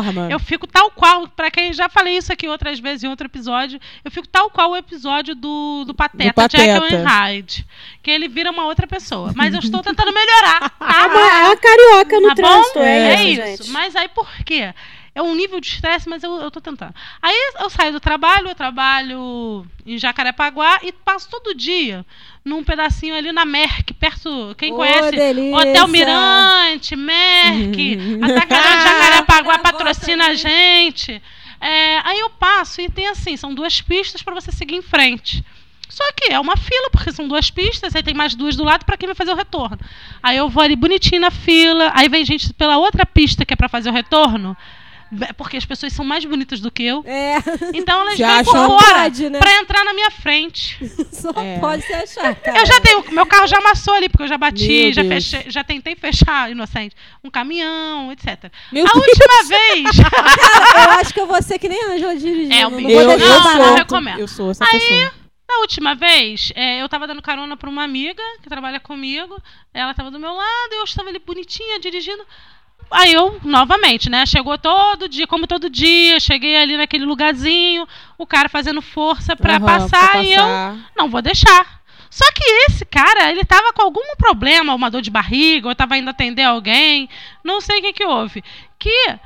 [SPEAKER 2] transforma.
[SPEAKER 4] Eu fico tal qual, pra quem já falei isso aqui outras vezes em outro episódio, eu fico tal qual o episódio do, do Pateta,
[SPEAKER 2] Do Pateta.
[SPEAKER 4] Jack Hyde, que ele vira uma outra pessoa. Mas eu estou tentando melhorar.
[SPEAKER 5] A,
[SPEAKER 4] Tá?
[SPEAKER 5] ma- a carioca no
[SPEAKER 4] tá
[SPEAKER 5] trânsito,
[SPEAKER 4] bom?
[SPEAKER 5] é,
[SPEAKER 4] É
[SPEAKER 5] isso,
[SPEAKER 4] isso.
[SPEAKER 5] gente.
[SPEAKER 4] Mas aí por quê? É um nível de estresse, mas eu, eu tô tentando. Aí eu saio do trabalho, eu trabalho em Jacarepaguá e passo todo dia num pedacinho ali na Merck, perto. Quem
[SPEAKER 3] Ô,
[SPEAKER 4] conhece?
[SPEAKER 3] delícia. Uhum.
[SPEAKER 4] Hotel Mirante, Merck, Atacadão de Jacarepaguá patrocina a gente. É, aí eu passo e tem assim, são duas pistas para você seguir em frente. Só que é uma fila, porque são duas pistas, aí tem mais duas do lado para quem vai fazer o retorno. Aí eu vou ali bonitinho na fila, aí vem gente pela outra pista que é para fazer o retorno, be- porque as pessoas são mais bonitas do que eu.
[SPEAKER 3] É,
[SPEAKER 2] [laughs]
[SPEAKER 4] Então elas
[SPEAKER 2] Se
[SPEAKER 4] vêm por
[SPEAKER 2] acham-
[SPEAKER 4] fora
[SPEAKER 3] Pode, né?
[SPEAKER 4] para entrar na minha frente.
[SPEAKER 3] só
[SPEAKER 2] É.
[SPEAKER 3] pode se achar. Cara.
[SPEAKER 4] Eu já dei, o meu carro já amassou ali, porque eu já bati,
[SPEAKER 2] Meu
[SPEAKER 4] já,
[SPEAKER 2] Deus.
[SPEAKER 4] fechei, já tentei fechar, inocente, um caminhão, etc.
[SPEAKER 2] Meu
[SPEAKER 4] a
[SPEAKER 2] Deus.
[SPEAKER 4] última vez.
[SPEAKER 2] [laughs]
[SPEAKER 4] [laughs]
[SPEAKER 3] Eu acho que eu vou ser que nem a Angela dirigindo.
[SPEAKER 4] É,
[SPEAKER 3] não
[SPEAKER 4] o
[SPEAKER 3] vou
[SPEAKER 4] mesmo.
[SPEAKER 2] Eu, eu
[SPEAKER 3] deixar
[SPEAKER 4] não,
[SPEAKER 2] sou.
[SPEAKER 3] barato.
[SPEAKER 4] recomendo.
[SPEAKER 2] Eu sou essa pessoa.
[SPEAKER 4] Na última vez, é, eu tava dando carona pra uma amiga que trabalha comigo. Ela tava do meu lado, eu estava ali bonitinha, dirigindo. Aí eu, novamente, né? Chegou todo dia, como todo dia, cheguei ali naquele lugarzinho, o cara fazendo força pra
[SPEAKER 2] Aham,
[SPEAKER 4] passar
[SPEAKER 2] pra
[SPEAKER 4] e eu
[SPEAKER 2] passar.
[SPEAKER 4] não vou deixar. Só que esse cara, ele tava com algum problema, uma dor de barriga, ou tava indo atender alguém, não sei o que que houve. Que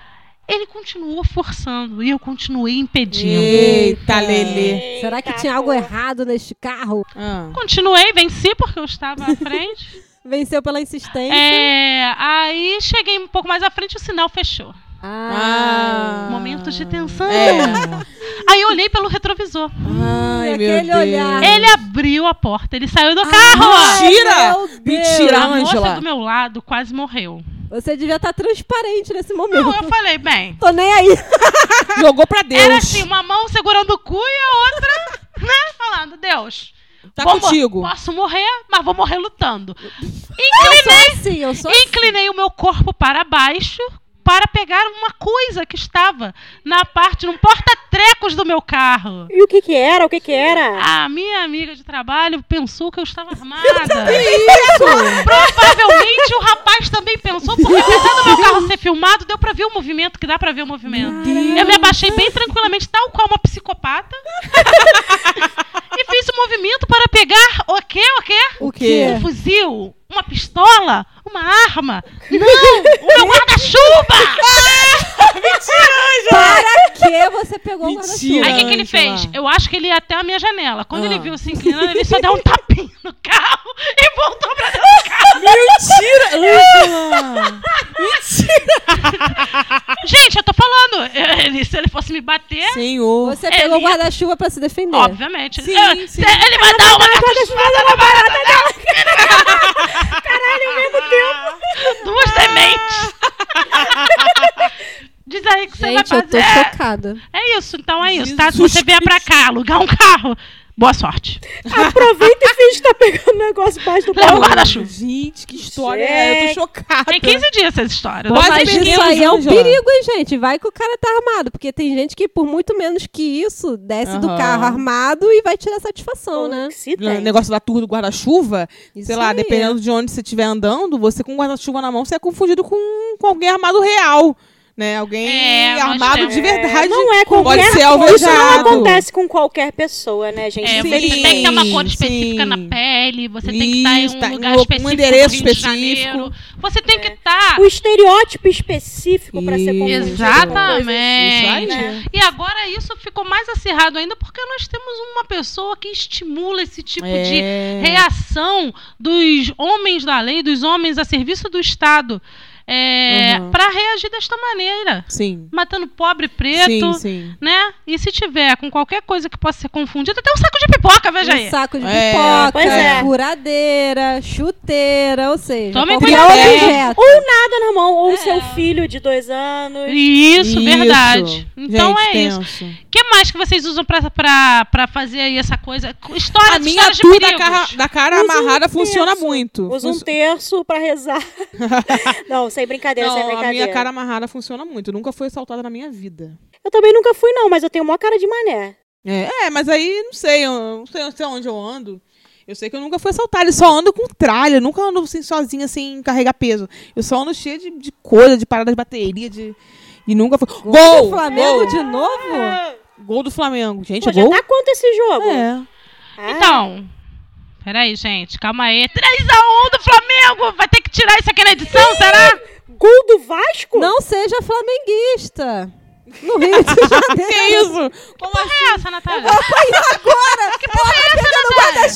[SPEAKER 4] ele continuou forçando e eu continuei impedindo.
[SPEAKER 2] Eita, Lelê.
[SPEAKER 3] Será que tinha algo errado neste carro?
[SPEAKER 2] Ah.
[SPEAKER 4] Continuei, venci porque eu estava à frente.
[SPEAKER 3] Venceu pela insistência.
[SPEAKER 4] É, aí cheguei um pouco mais à frente e o sinal fechou. um
[SPEAKER 2] Ah.
[SPEAKER 4] Momentos de tensão.
[SPEAKER 2] É.
[SPEAKER 4] Aí eu olhei pelo retrovisor.
[SPEAKER 2] Ai, meu
[SPEAKER 3] Aquele
[SPEAKER 2] Deus.
[SPEAKER 3] olhar.
[SPEAKER 4] Ele abriu a porta, ele saiu do carro.
[SPEAKER 2] Mentira!
[SPEAKER 3] Meu Deus.
[SPEAKER 2] Mentira,
[SPEAKER 4] Ah. a moça
[SPEAKER 2] Ângela.
[SPEAKER 4] do meu lado quase morreu.
[SPEAKER 3] Você devia estar transparente nesse momento.
[SPEAKER 4] Então eu falei, bem,
[SPEAKER 3] Tô nem aí.
[SPEAKER 2] Jogou pra Deus.
[SPEAKER 4] é- era assim, uma mão segurando o cu e a outra, né, falando, Deus.
[SPEAKER 2] Tá
[SPEAKER 4] vou mor-
[SPEAKER 2] contigo.
[SPEAKER 4] Posso morrer, mas vou morrer lutando.
[SPEAKER 3] Eu sou assim, eu sou assim.
[SPEAKER 4] Inclinei o meu corpo para baixo para pegar uma coisa que estava na parte, num porta-trecos do meu carro.
[SPEAKER 5] E o que que era? O que
[SPEAKER 4] [laughs]
[SPEAKER 5] que era?
[SPEAKER 4] A minha amiga de trabalho
[SPEAKER 3] assim.
[SPEAKER 4] pensou que eu estava armada. Provavelmente o rapaz também pensou, porque eu filmado, deu pra ver o movimento, que dá pra ver o movimento. Eu me abaixei bem tranquilamente, tal qual uma psicopata. [laughs] e fiz o movimento para pegar o quê? O quê?
[SPEAKER 2] O quê?
[SPEAKER 4] Um fuzil? Uma pistola? Uma arma? Não! Uma guarda-chuva!
[SPEAKER 3] Para que você pegou o
[SPEAKER 2] Mentira.
[SPEAKER 3] guarda-chuva?
[SPEAKER 4] Aí o que, que ele
[SPEAKER 2] Ângela.
[SPEAKER 4] fez? Eu acho que ele ia até a minha janela. Quando
[SPEAKER 2] Ah.
[SPEAKER 4] ele viu se inclinando, ele só deu um tapinha no carro e voltou pra dentro.
[SPEAKER 2] Mentira! Ângela!
[SPEAKER 4] Gente, eu tô falando. [laughs] Ele- se ele fosse me bater,
[SPEAKER 2] Senhor!
[SPEAKER 3] Você é pegou o
[SPEAKER 4] Ele-
[SPEAKER 3] guarda-chuva pra se defender.
[SPEAKER 4] obviamente.
[SPEAKER 2] Sim,
[SPEAKER 4] Eu-
[SPEAKER 2] sim.
[SPEAKER 4] Ele vai dar uma cachorrada na barata dela.
[SPEAKER 2] [laughs]
[SPEAKER 4] Caralho, ao mesmo tempo. Duas
[SPEAKER 2] [laughs]
[SPEAKER 4] dementes. Diz aí o que você vai
[SPEAKER 3] Gente, eu tô
[SPEAKER 4] fazer.
[SPEAKER 3] chocada.
[SPEAKER 4] É isso, então é isso,
[SPEAKER 2] Jesus
[SPEAKER 4] tá? Se você vier pra cá alugar um carro, boa sorte.
[SPEAKER 5] Aproveita e finge que tá pegando o negócio embaixo do
[SPEAKER 4] Leva o
[SPEAKER 5] pau.
[SPEAKER 4] guarda-chuva.
[SPEAKER 2] Gente, que história é? Eu tô chocada.
[SPEAKER 4] Tem 15 dias essa história.
[SPEAKER 2] Pode
[SPEAKER 4] Mas-
[SPEAKER 3] Mas
[SPEAKER 2] pesquisa,
[SPEAKER 3] isso aí é um
[SPEAKER 2] Ângela.
[SPEAKER 3] perigo, hein, gente? Vai que o cara tá armado. Porque tem gente que, por muito menos que isso, desce do
[SPEAKER 2] Aham.
[SPEAKER 3] carro armado e vai tirar satisfação, né?
[SPEAKER 5] Se
[SPEAKER 2] O
[SPEAKER 5] tem.
[SPEAKER 2] negócio da tour do guarda-chuva,
[SPEAKER 3] Isso
[SPEAKER 2] sei lá,
[SPEAKER 3] aí.
[SPEAKER 2] dependendo de onde você estiver andando, você com o guarda-chuva na mão, você é confundido com, com alguém armado real. Né? Alguém
[SPEAKER 4] É, nós
[SPEAKER 2] armado
[SPEAKER 4] temos.
[SPEAKER 2] de verdade.
[SPEAKER 5] não é qualquer
[SPEAKER 2] Pode ser
[SPEAKER 5] coisa. Isso não
[SPEAKER 2] alvejado.
[SPEAKER 5] acontece com qualquer pessoa, né, gente?
[SPEAKER 4] É,
[SPEAKER 2] Sim,
[SPEAKER 4] você tem que ter uma cor
[SPEAKER 2] sim.
[SPEAKER 4] específica na pele, você tem que estar em
[SPEAKER 2] Isso, tá,
[SPEAKER 4] um
[SPEAKER 2] em
[SPEAKER 4] lugar
[SPEAKER 2] um
[SPEAKER 4] específico,
[SPEAKER 2] endereço
[SPEAKER 4] do Rio de
[SPEAKER 2] específico. É.
[SPEAKER 4] Janeiro. Você tem que tá estar.
[SPEAKER 5] [laughs] O estereótipo específico pra ser confundido.
[SPEAKER 2] Isso aí.
[SPEAKER 4] Exatamente.
[SPEAKER 5] Né?
[SPEAKER 4] E agora isso ficou mais acirrado ainda porque nós temos uma pessoa que estimula esse tipo de
[SPEAKER 2] É.
[SPEAKER 4] reação dos homens da lei, dos homens a serviço do Estado, é,
[SPEAKER 2] Uhum.
[SPEAKER 4] para reagir desta maneira,
[SPEAKER 2] Sim.
[SPEAKER 4] matando pobre preto.
[SPEAKER 2] Sim, sim.
[SPEAKER 4] Né? E se tiver com qualquer coisa que possa ser confundida, até um saco de pipoca, veja aí.
[SPEAKER 3] Um saco de
[SPEAKER 2] É,
[SPEAKER 3] pipoca,
[SPEAKER 5] pois é.
[SPEAKER 3] furadeira, chuteira, ou seja,
[SPEAKER 4] Tomem
[SPEAKER 3] qualquer
[SPEAKER 4] cuidado.
[SPEAKER 3] objeto.
[SPEAKER 5] Nada na mão.
[SPEAKER 2] É.
[SPEAKER 5] Ou seu filho de dois anos.
[SPEAKER 4] Isso, verdade. Então
[SPEAKER 2] Gente, um-
[SPEAKER 4] é isso.
[SPEAKER 2] tenso.
[SPEAKER 4] O que mais que vocês usam pra, pra, pra fazer aí essa coisa? História
[SPEAKER 2] A
[SPEAKER 4] de
[SPEAKER 2] minha
[SPEAKER 4] histórias de
[SPEAKER 2] tour da
[SPEAKER 4] perigos.
[SPEAKER 2] cara, da cara
[SPEAKER 5] Usa um
[SPEAKER 2] amarrada funciona
[SPEAKER 5] terço.
[SPEAKER 2] muito.
[SPEAKER 5] Usa um
[SPEAKER 2] Func-
[SPEAKER 5] terço pra
[SPEAKER 2] [laughs]
[SPEAKER 5] rezar. não, sem brincadeira, sem
[SPEAKER 2] Não, a
[SPEAKER 5] é brincadeira.
[SPEAKER 2] minha cara amarrada funciona muito. Nunca fui assaltada na minha vida.
[SPEAKER 5] Eu também nunca fui, não, mas eu tenho maior cara de mané.
[SPEAKER 2] É, é, mas aí não sei, eu não sei, não sei onde eu ando. Eu sei que eu nunca fui assaltada, eu só ando com tralha, eu nunca ando assim, sozinha, sem carregar peso. Eu só ando cheia de, de coisa, de parada de bateria, de. E nunca foi. Gol!
[SPEAKER 3] O
[SPEAKER 2] Gol,
[SPEAKER 3] Flamengo de novo?
[SPEAKER 4] É.
[SPEAKER 2] Gol, do Flamengo. Gente,
[SPEAKER 5] Pô, já
[SPEAKER 2] gol?
[SPEAKER 5] tá quanto esse jogo?
[SPEAKER 2] É.
[SPEAKER 5] Ah,
[SPEAKER 4] Então. Peraí, gente, calma aí. 3x1 do Flamengo! Vai ter que tirar isso aqui na edição, será?
[SPEAKER 5] Gol do Vasco?
[SPEAKER 3] Não seja flamenguista. No Rio
[SPEAKER 4] [laughs]
[SPEAKER 3] de Janeiro.
[SPEAKER 2] Que isso? Como assim?
[SPEAKER 4] É essa, Natália. é
[SPEAKER 3] guarda-chuva,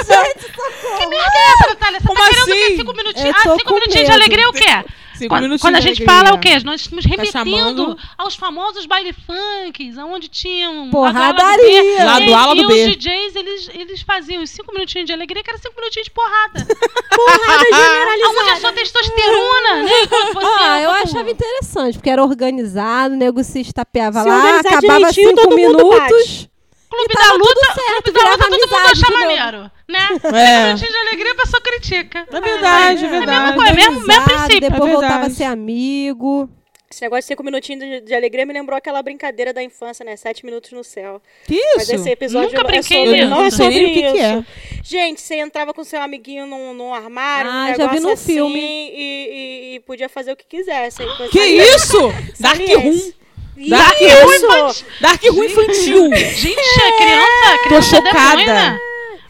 [SPEAKER 3] gente.
[SPEAKER 4] Que merda é essa, Natália? Você
[SPEAKER 2] Como
[SPEAKER 4] tá querendo o
[SPEAKER 2] assim?
[SPEAKER 4] quê? Cinco minutinhos?
[SPEAKER 3] Eu
[SPEAKER 4] Ah,
[SPEAKER 3] tô
[SPEAKER 4] cinco
[SPEAKER 3] com
[SPEAKER 4] minutinhos de
[SPEAKER 3] medo.
[SPEAKER 4] alegria o quê?
[SPEAKER 2] Cinco
[SPEAKER 4] Quando,
[SPEAKER 2] minutinhos
[SPEAKER 4] quando a
[SPEAKER 2] de
[SPEAKER 4] gente
[SPEAKER 2] alegria.
[SPEAKER 4] fala o quê? Nós estamos remetindo
[SPEAKER 2] chamando-
[SPEAKER 4] aos famosos baile funks, onde tinham.
[SPEAKER 3] Porradaria.
[SPEAKER 4] lado A,
[SPEAKER 2] Lado A, lado
[SPEAKER 4] e
[SPEAKER 2] B.
[SPEAKER 4] os DJs, eles, eles faziam os cinco minutinhos de alegria, que era cinco minutinhos de porrada.
[SPEAKER 2] [laughs]
[SPEAKER 5] Porrada
[SPEAKER 4] Aonde é
[SPEAKER 5] generalizada.
[SPEAKER 4] só testosterona,
[SPEAKER 2] [laughs]
[SPEAKER 4] né? Quando você
[SPEAKER 3] Ah, eu
[SPEAKER 4] quando-
[SPEAKER 3] achava interessante, porque era organizado, o nego se estapeava
[SPEAKER 5] Se
[SPEAKER 3] lá,
[SPEAKER 5] organizar
[SPEAKER 3] acabava
[SPEAKER 5] direitinho,
[SPEAKER 3] cinco
[SPEAKER 5] todo mundo
[SPEAKER 3] minutos.
[SPEAKER 4] Clube
[SPEAKER 3] E
[SPEAKER 4] da
[SPEAKER 3] tava tudo
[SPEAKER 4] luta,
[SPEAKER 3] certo,
[SPEAKER 4] clube da luta
[SPEAKER 3] virava
[SPEAKER 4] todo mundo
[SPEAKER 3] amizade
[SPEAKER 4] acha
[SPEAKER 3] de novo.
[SPEAKER 4] maneiro, né?
[SPEAKER 2] [laughs] É.
[SPEAKER 4] Minutinho de alegria, a pessoa critica.
[SPEAKER 2] É verdade,
[SPEAKER 4] É
[SPEAKER 2] é
[SPEAKER 4] a
[SPEAKER 2] verdade.
[SPEAKER 4] mesma coisa, é mesmo, mesmo
[SPEAKER 3] Organizado,
[SPEAKER 4] princípio.
[SPEAKER 3] Depois
[SPEAKER 2] É
[SPEAKER 3] voltava a
[SPEAKER 2] verdade.
[SPEAKER 3] ser amigo.
[SPEAKER 5] Esse negócio de cinco minutinhos de, de alegria me lembrou aquela brincadeira da infância, né? Sete minutos no céu.
[SPEAKER 2] Que
[SPEAKER 5] Mas
[SPEAKER 2] isso?
[SPEAKER 5] esse episódio
[SPEAKER 4] Nunca
[SPEAKER 5] é
[SPEAKER 4] brinquei
[SPEAKER 5] sobre,
[SPEAKER 4] nisso.
[SPEAKER 5] não é
[SPEAKER 2] Não sei
[SPEAKER 5] sobre
[SPEAKER 2] nem o que
[SPEAKER 5] isso.
[SPEAKER 2] que é.
[SPEAKER 5] Gente, você entrava com seu amiguinho num, num armário,
[SPEAKER 3] Ah,
[SPEAKER 5] um
[SPEAKER 3] já vi
[SPEAKER 5] negócio
[SPEAKER 3] num
[SPEAKER 5] assim,
[SPEAKER 3] filme.
[SPEAKER 5] E, e- e podia fazer o que quisesse. aí você-
[SPEAKER 2] Que isso? Dark Room.
[SPEAKER 5] Saliência.
[SPEAKER 2] é Dark
[SPEAKER 5] Isso!
[SPEAKER 2] Room Dark Room infantil.
[SPEAKER 4] Gente, é criança,
[SPEAKER 2] Tô
[SPEAKER 4] criança
[SPEAKER 2] chocada.
[SPEAKER 4] demônia.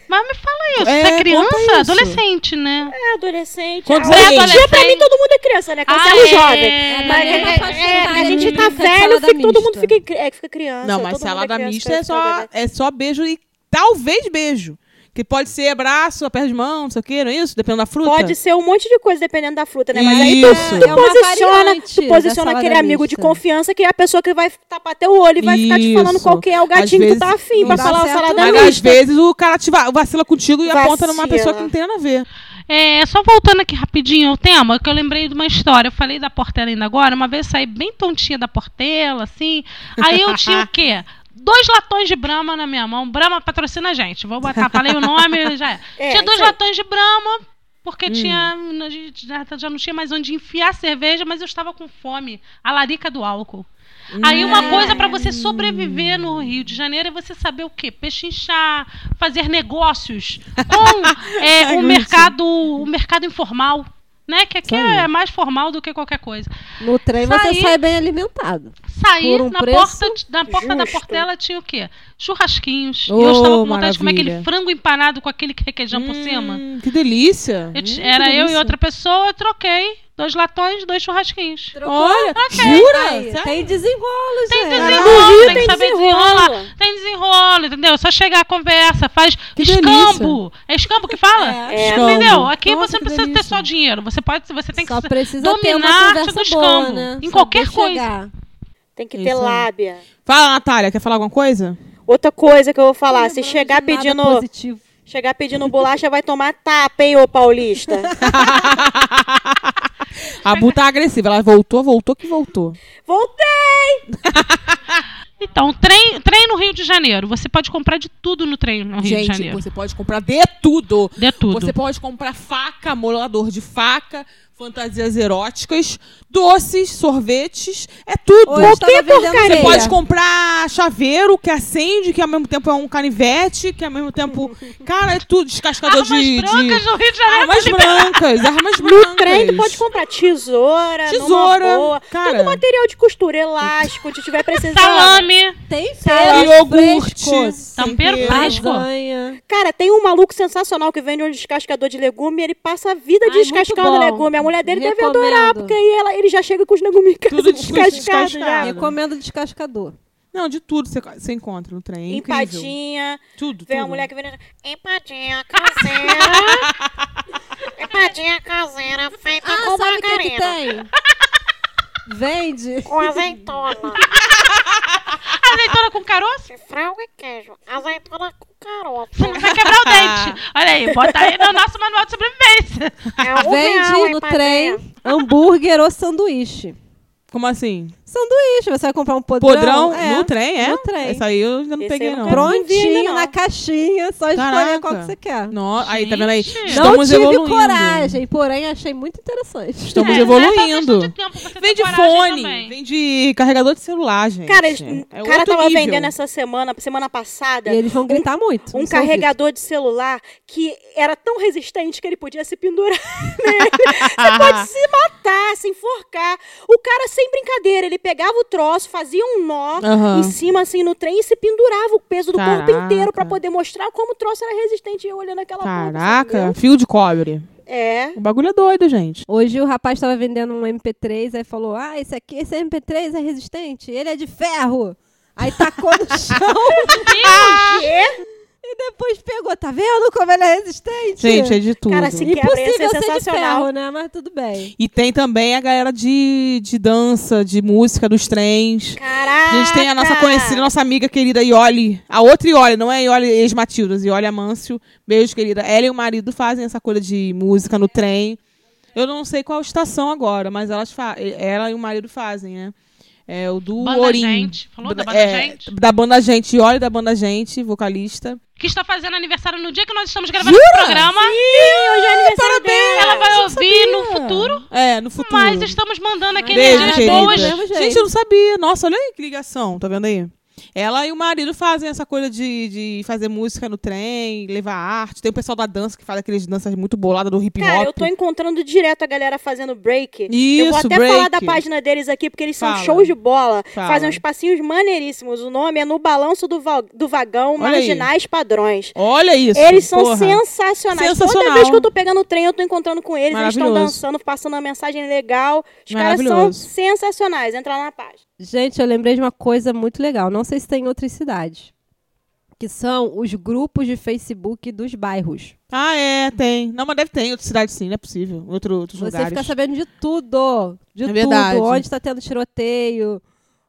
[SPEAKER 4] Mas me fala isso,
[SPEAKER 2] É,
[SPEAKER 4] você é
[SPEAKER 2] conta isso.
[SPEAKER 4] criança, adolescente, né?
[SPEAKER 5] É adolescente.
[SPEAKER 2] Quantos
[SPEAKER 5] Ah, hoje em
[SPEAKER 2] anos?
[SPEAKER 5] dia, pra mim, todo mundo é criança,
[SPEAKER 2] um
[SPEAKER 5] né?
[SPEAKER 2] Ah,
[SPEAKER 5] Cancela o jovem.
[SPEAKER 4] é.
[SPEAKER 3] Mas
[SPEAKER 5] Mas,
[SPEAKER 3] é uma
[SPEAKER 5] é,
[SPEAKER 3] faixa
[SPEAKER 5] é,
[SPEAKER 3] etária
[SPEAKER 5] a gente tá
[SPEAKER 3] mista de
[SPEAKER 5] velho,
[SPEAKER 3] salada
[SPEAKER 5] fica, todo mundo
[SPEAKER 3] mista.
[SPEAKER 5] fica, cri- é, que fica criança.
[SPEAKER 2] Não, mas
[SPEAKER 5] todo mundo
[SPEAKER 2] salada
[SPEAKER 5] criança,
[SPEAKER 2] mista é
[SPEAKER 5] criança,
[SPEAKER 2] só,
[SPEAKER 5] criança.
[SPEAKER 2] é só beijo e talvez beijo. Que pode ser abraço, aperto de mão, não sei o que, não é isso? Dependendo da fruta.
[SPEAKER 5] Pode ser um monte de coisa, dependendo da fruta, né? Mas aí tu,
[SPEAKER 2] isso.
[SPEAKER 5] tu
[SPEAKER 3] É uma
[SPEAKER 5] posiciona,
[SPEAKER 3] variante
[SPEAKER 5] tu
[SPEAKER 3] da
[SPEAKER 5] posiciona
[SPEAKER 3] salada
[SPEAKER 5] aquele amigo de
[SPEAKER 3] mista.
[SPEAKER 5] confiança, que é a pessoa que vai tapar teu olho e vai ficar te falando
[SPEAKER 2] Isso.
[SPEAKER 5] qual que é o
[SPEAKER 2] Às
[SPEAKER 5] gatinho que tu
[SPEAKER 2] vezes
[SPEAKER 5] tá afim
[SPEAKER 3] não
[SPEAKER 5] pra
[SPEAKER 3] dá
[SPEAKER 5] falar o
[SPEAKER 3] certo,
[SPEAKER 5] salada
[SPEAKER 3] não.
[SPEAKER 2] Mas
[SPEAKER 5] mista.
[SPEAKER 2] às vezes o cara te va- vacila contigo e aponta numa
[SPEAKER 5] Vacila.
[SPEAKER 2] pessoa que não tem nada a ver.
[SPEAKER 4] É, só voltando aqui rapidinho ao tema, que eu lembrei de uma história. Eu falei da Portela ainda agora. Uma vez saí bem tontinha da Portela, assim. Aí eu tinha o
[SPEAKER 5] [laughs]
[SPEAKER 4] quê? Dois latões de Brahma na minha mão. Brahma patrocina a gente. Vou botar, falei o
[SPEAKER 5] [laughs]
[SPEAKER 4] nome, já é.
[SPEAKER 5] É,
[SPEAKER 4] tinha dois
[SPEAKER 5] isso aí. Hum.
[SPEAKER 4] latões de Brahma, porque tinha. A gente já, já não tinha mais onde enfiar cerveja, mas eu estava com fome. A larica do álcool. Aí
[SPEAKER 2] Hum, É.
[SPEAKER 4] uma coisa pra você sobreviver no Rio de Janeiro é você saber o quê? Pechinchar, fazer negócios com é,
[SPEAKER 2] Ai,
[SPEAKER 4] o
[SPEAKER 2] Lúcia.
[SPEAKER 4] mercado, o mercado informal. né? Que aqui
[SPEAKER 3] Isso aí.
[SPEAKER 4] é mais formal do que qualquer coisa.
[SPEAKER 3] No trem você
[SPEAKER 4] Saí.
[SPEAKER 3] sai bem alimentado.
[SPEAKER 4] Saí,
[SPEAKER 3] Por um
[SPEAKER 4] na
[SPEAKER 3] preço
[SPEAKER 4] porta, de- na porta da
[SPEAKER 5] justo.
[SPEAKER 4] portela tinha o quê? Churrasquinhos. e
[SPEAKER 2] Oh,
[SPEAKER 4] eu estava com vontade de comer aquele
[SPEAKER 2] maravilha.
[SPEAKER 4] é frango empanado com aquele requeijão por cima.
[SPEAKER 2] Hum, Que delícia.
[SPEAKER 4] Eu ti-
[SPEAKER 2] Hum,
[SPEAKER 4] era
[SPEAKER 2] que
[SPEAKER 4] eu e
[SPEAKER 2] delícia.
[SPEAKER 4] outra pessoa, eu troquei dois latões, dois churrasquinhos.
[SPEAKER 2] Olha, jura?
[SPEAKER 3] Aí,
[SPEAKER 2] Sério?
[SPEAKER 3] tem desenrolo,
[SPEAKER 4] Tem
[SPEAKER 3] gente.
[SPEAKER 4] desenrolo, tem, que
[SPEAKER 5] tem
[SPEAKER 4] saber
[SPEAKER 5] desenrolo.
[SPEAKER 4] desenrolar. Tem desenrolo, entendeu? É Só chegar a conversa, faz
[SPEAKER 2] Que
[SPEAKER 4] escambo. É escambo que fala?
[SPEAKER 3] É.
[SPEAKER 5] É.
[SPEAKER 4] Entendeu? Aqui
[SPEAKER 2] Nossa,
[SPEAKER 4] você não
[SPEAKER 2] que
[SPEAKER 4] precisa ter
[SPEAKER 2] delícia.
[SPEAKER 4] só dinheiro, você pode, você tem que
[SPEAKER 3] Só
[SPEAKER 4] sa-
[SPEAKER 3] precisa ter
[SPEAKER 4] dominar a
[SPEAKER 3] uma
[SPEAKER 4] arte
[SPEAKER 3] conversa
[SPEAKER 4] do
[SPEAKER 3] boa,
[SPEAKER 4] escambo,
[SPEAKER 3] né?
[SPEAKER 4] em qualquer coisa.
[SPEAKER 3] chegar.
[SPEAKER 5] Tem que
[SPEAKER 2] Isso
[SPEAKER 5] ter
[SPEAKER 2] aí.
[SPEAKER 5] lábia.
[SPEAKER 2] Fala, Natália, quer falar alguma coisa?
[SPEAKER 5] Outra coisa que eu vou falar, se
[SPEAKER 3] Lembrando
[SPEAKER 5] chegar
[SPEAKER 3] de nada
[SPEAKER 5] pedindo,
[SPEAKER 3] positivo.
[SPEAKER 5] chegar pedindo bolacha, vai tomar tapa, hein,
[SPEAKER 3] [laughs]
[SPEAKER 5] ô paulista?
[SPEAKER 2] [laughs] A Bu tá agressiva. Ela voltou, voltou que voltou.
[SPEAKER 3] Tá,
[SPEAKER 5] Voltei!
[SPEAKER 4] Então, trem, trem no Rio de Janeiro. Você pode comprar de tudo no trem no Rio de
[SPEAKER 2] Gente,
[SPEAKER 4] Janeiro.
[SPEAKER 2] você pode comprar de tudo.
[SPEAKER 4] De tudo.
[SPEAKER 2] Você pode comprar faca, molador de faca, fantasias eróticas, doces, sorvetes, é tudo.
[SPEAKER 3] Hoje tava vendendo
[SPEAKER 2] Você
[SPEAKER 3] ceia.
[SPEAKER 2] pode comprar chaveiro que acende, que ao mesmo tempo é um canivete, que ao mesmo tempo. Cara, é tudo. Descascador
[SPEAKER 4] Armas
[SPEAKER 2] de. Ah,
[SPEAKER 4] brancas
[SPEAKER 2] de...
[SPEAKER 4] no Rio de Janeiro. tipo,
[SPEAKER 2] Armas brancas, armas brancas.
[SPEAKER 5] No trem, tu pode comprar tesoura,
[SPEAKER 2] Tesoura,
[SPEAKER 5] numa boa.
[SPEAKER 2] cara.
[SPEAKER 5] Todo material de costura, elástico, se
[SPEAKER 3] [laughs]
[SPEAKER 5] tiver
[SPEAKER 3] Tá
[SPEAKER 5] precisando.
[SPEAKER 4] Salame.
[SPEAKER 3] Tem
[SPEAKER 2] Tá, E Tá,
[SPEAKER 3] iogurte.
[SPEAKER 2] iogurte.
[SPEAKER 3] Frescos.
[SPEAKER 4] Tempero
[SPEAKER 2] Tempero.
[SPEAKER 4] fresco.
[SPEAKER 3] Lasanha.
[SPEAKER 5] Cara, tem um maluco sensacional que vende um descascador de legume e ele passa a vida
[SPEAKER 3] Ai,
[SPEAKER 5] descascando
[SPEAKER 3] muito bom.
[SPEAKER 5] legume. A mulher dele
[SPEAKER 3] Recomendo.
[SPEAKER 5] deve adorar, porque aí ela, ele já chega com os legumes em casa
[SPEAKER 2] Tudo
[SPEAKER 3] é
[SPEAKER 5] descascados.
[SPEAKER 2] descascado.
[SPEAKER 5] já.
[SPEAKER 3] Recomendo descascador.
[SPEAKER 2] Não, de tudo você, você encontra no trem. É incrível.
[SPEAKER 5] Empadinha.
[SPEAKER 2] Tudo,
[SPEAKER 5] Vem uma
[SPEAKER 2] tudo.
[SPEAKER 5] mulher que vende.
[SPEAKER 6] Empadinha
[SPEAKER 3] [laughs]
[SPEAKER 6] caseira. Empadinha caseira feita
[SPEAKER 3] Ah,
[SPEAKER 6] com
[SPEAKER 3] sabe o que, é que tem?
[SPEAKER 6] margarina.
[SPEAKER 3] Vende.
[SPEAKER 2] [laughs]
[SPEAKER 6] com azeitona,
[SPEAKER 4] Azeitona com caroço?
[SPEAKER 6] frango e queijo. Azeitona com
[SPEAKER 3] [laughs]
[SPEAKER 6] caroço.
[SPEAKER 4] Você não vai quebrar
[SPEAKER 2] Ah.
[SPEAKER 4] o dente. Olha aí, bota aí no nosso manual de sobrevivência.
[SPEAKER 6] É um real,
[SPEAKER 3] Vende no
[SPEAKER 6] empadinha.
[SPEAKER 3] trem hambúrguer ou sanduíche.
[SPEAKER 2] Como assim?
[SPEAKER 3] Sanduíche, você vai comprar um podrão.
[SPEAKER 2] Podrão
[SPEAKER 3] É,
[SPEAKER 2] no trem, é?
[SPEAKER 3] No trem.
[SPEAKER 2] Essa aí eu ainda não
[SPEAKER 5] Esse
[SPEAKER 2] peguei,
[SPEAKER 5] eu
[SPEAKER 2] não.
[SPEAKER 5] não quero.
[SPEAKER 3] Prontinho,
[SPEAKER 5] ainda não.
[SPEAKER 3] na caixinha, só escolher
[SPEAKER 2] Caraca.
[SPEAKER 3] qual que você quer.
[SPEAKER 2] No, aí, tá vendo aí?
[SPEAKER 4] Gente.
[SPEAKER 3] Não
[SPEAKER 2] Estamos
[SPEAKER 3] tive
[SPEAKER 2] evoluindo.
[SPEAKER 3] coragem, porém achei muito interessante.
[SPEAKER 2] Estamos
[SPEAKER 4] É,
[SPEAKER 2] evoluindo.
[SPEAKER 4] não é só questão de tempo, você
[SPEAKER 2] Vem
[SPEAKER 4] tem
[SPEAKER 2] de
[SPEAKER 4] coragem
[SPEAKER 2] fone,
[SPEAKER 4] também.
[SPEAKER 2] vem de carregador de celular, gente.
[SPEAKER 3] é
[SPEAKER 2] É
[SPEAKER 5] Cara, eles-
[SPEAKER 2] o
[SPEAKER 5] o cara tava vendendo essa semana, semana passada.
[SPEAKER 3] E eles vão gritar muito.
[SPEAKER 5] um
[SPEAKER 2] é
[SPEAKER 3] no seu ouvido.
[SPEAKER 5] carregador de celular que era tão resistente que ele podia se pendurar [laughs] nele. Você pode se matar, se enforcar. O cara, sem brincadeira, ele pegava o troço, fazia um nó
[SPEAKER 2] Aham.
[SPEAKER 5] em cima, assim, no trem e se pendurava o peso do corpo
[SPEAKER 2] Caraca.
[SPEAKER 5] inteiro pra poder mostrar como o troço era resistente. E eu olhando aquela porra,
[SPEAKER 2] Caraca,
[SPEAKER 5] entendeu?
[SPEAKER 2] fio de cobre.
[SPEAKER 5] É.
[SPEAKER 2] O bagulho é doido, gente.
[SPEAKER 3] Hoje o rapaz tava vendendo um MP3, aí falou: Ah, esse aqui, esse MP3 é resistente, ele é de ferro. Aí tacou no [laughs] chão e depois pegou. Tá vendo como ele é resistente?
[SPEAKER 2] Gente, é de tudo.
[SPEAKER 5] Cara, se quebra, ia
[SPEAKER 3] Impossível
[SPEAKER 5] ser
[SPEAKER 3] ser de
[SPEAKER 5] sensacional.
[SPEAKER 3] ferro, né? Mas tudo bem.
[SPEAKER 2] E tem também a galera de, de dança, de música dos trens.
[SPEAKER 5] Caraca!
[SPEAKER 2] A gente tem a
[SPEAKER 4] Ah, tá.
[SPEAKER 2] nossa conhecida, nossa amiga querida Ioli. A outra Ioli, não é Ioli ex-Matildas, Ioli Amâncio. Beijo, querida. Ela e o marido fazem essa coisa de música no trem. Eu não sei qual estação agora, mas elas fa ela e o marido fazem, né? É o do
[SPEAKER 4] Banda
[SPEAKER 2] Orim.
[SPEAKER 4] Gente. Falou da Banda
[SPEAKER 2] É,
[SPEAKER 4] Gente?
[SPEAKER 2] Da Banda Gente, Ioli da Banda Gente, vocalista.
[SPEAKER 4] Que está fazendo aniversário no dia que nós estamos gravando o programa.
[SPEAKER 5] é
[SPEAKER 2] Parabéns!
[SPEAKER 4] Ela vai ouvir no futuro,
[SPEAKER 2] É, no futuro.
[SPEAKER 4] mas estamos mandando aqui
[SPEAKER 2] Beijo,
[SPEAKER 4] energias
[SPEAKER 2] querida.
[SPEAKER 4] boas.
[SPEAKER 3] Mesmo
[SPEAKER 5] É
[SPEAKER 3] jeito.
[SPEAKER 2] Gente, eu não sabia. Nossa, olha aí que ligação, tá vendo aí? Ela e o marido fazem essa coisa de, de fazer música no trem, levar arte. Tem o pessoal da dança que faz aquelas danças muito boladas do hip hop.
[SPEAKER 5] Cara, eu tô encontrando direto a galera fazendo break. eu vou
[SPEAKER 2] Isso,
[SPEAKER 5] até
[SPEAKER 2] break.
[SPEAKER 5] falar da página deles aqui, porque eles são
[SPEAKER 2] Fala.
[SPEAKER 5] show de bola.
[SPEAKER 2] Fala.
[SPEAKER 5] Fazem uns passinhos maneiríssimos. O nome é No Balanço do, Val- do Vagão,
[SPEAKER 2] Olha aí.
[SPEAKER 5] Marginais Padrões.
[SPEAKER 2] Olha isso.
[SPEAKER 5] Eles são
[SPEAKER 2] porra.
[SPEAKER 5] sensacionais. Toda
[SPEAKER 2] Sensacional.
[SPEAKER 5] vez que eu tô pegando o trem, eu tô encontrando com eles. Eles estão
[SPEAKER 2] Maravilhoso.
[SPEAKER 5] dançando, passando uma mensagem legal. Os caras são
[SPEAKER 2] Maravilhoso.
[SPEAKER 5] sensacionais. Entra lá na página.
[SPEAKER 3] Gente, eu lembrei de uma coisa muito legal. Não sei se tem em outras cidades. Que são os grupos de Facebook dos bairros.
[SPEAKER 2] Ah, é, tem. Não, mas deve ter em outra cidade sim, não é possível. Outro, outros
[SPEAKER 3] Você
[SPEAKER 2] lugares.
[SPEAKER 3] fica sabendo de tudo. De
[SPEAKER 2] É
[SPEAKER 3] tudo.
[SPEAKER 2] verdade.
[SPEAKER 3] Onde tá tendo tiroteio.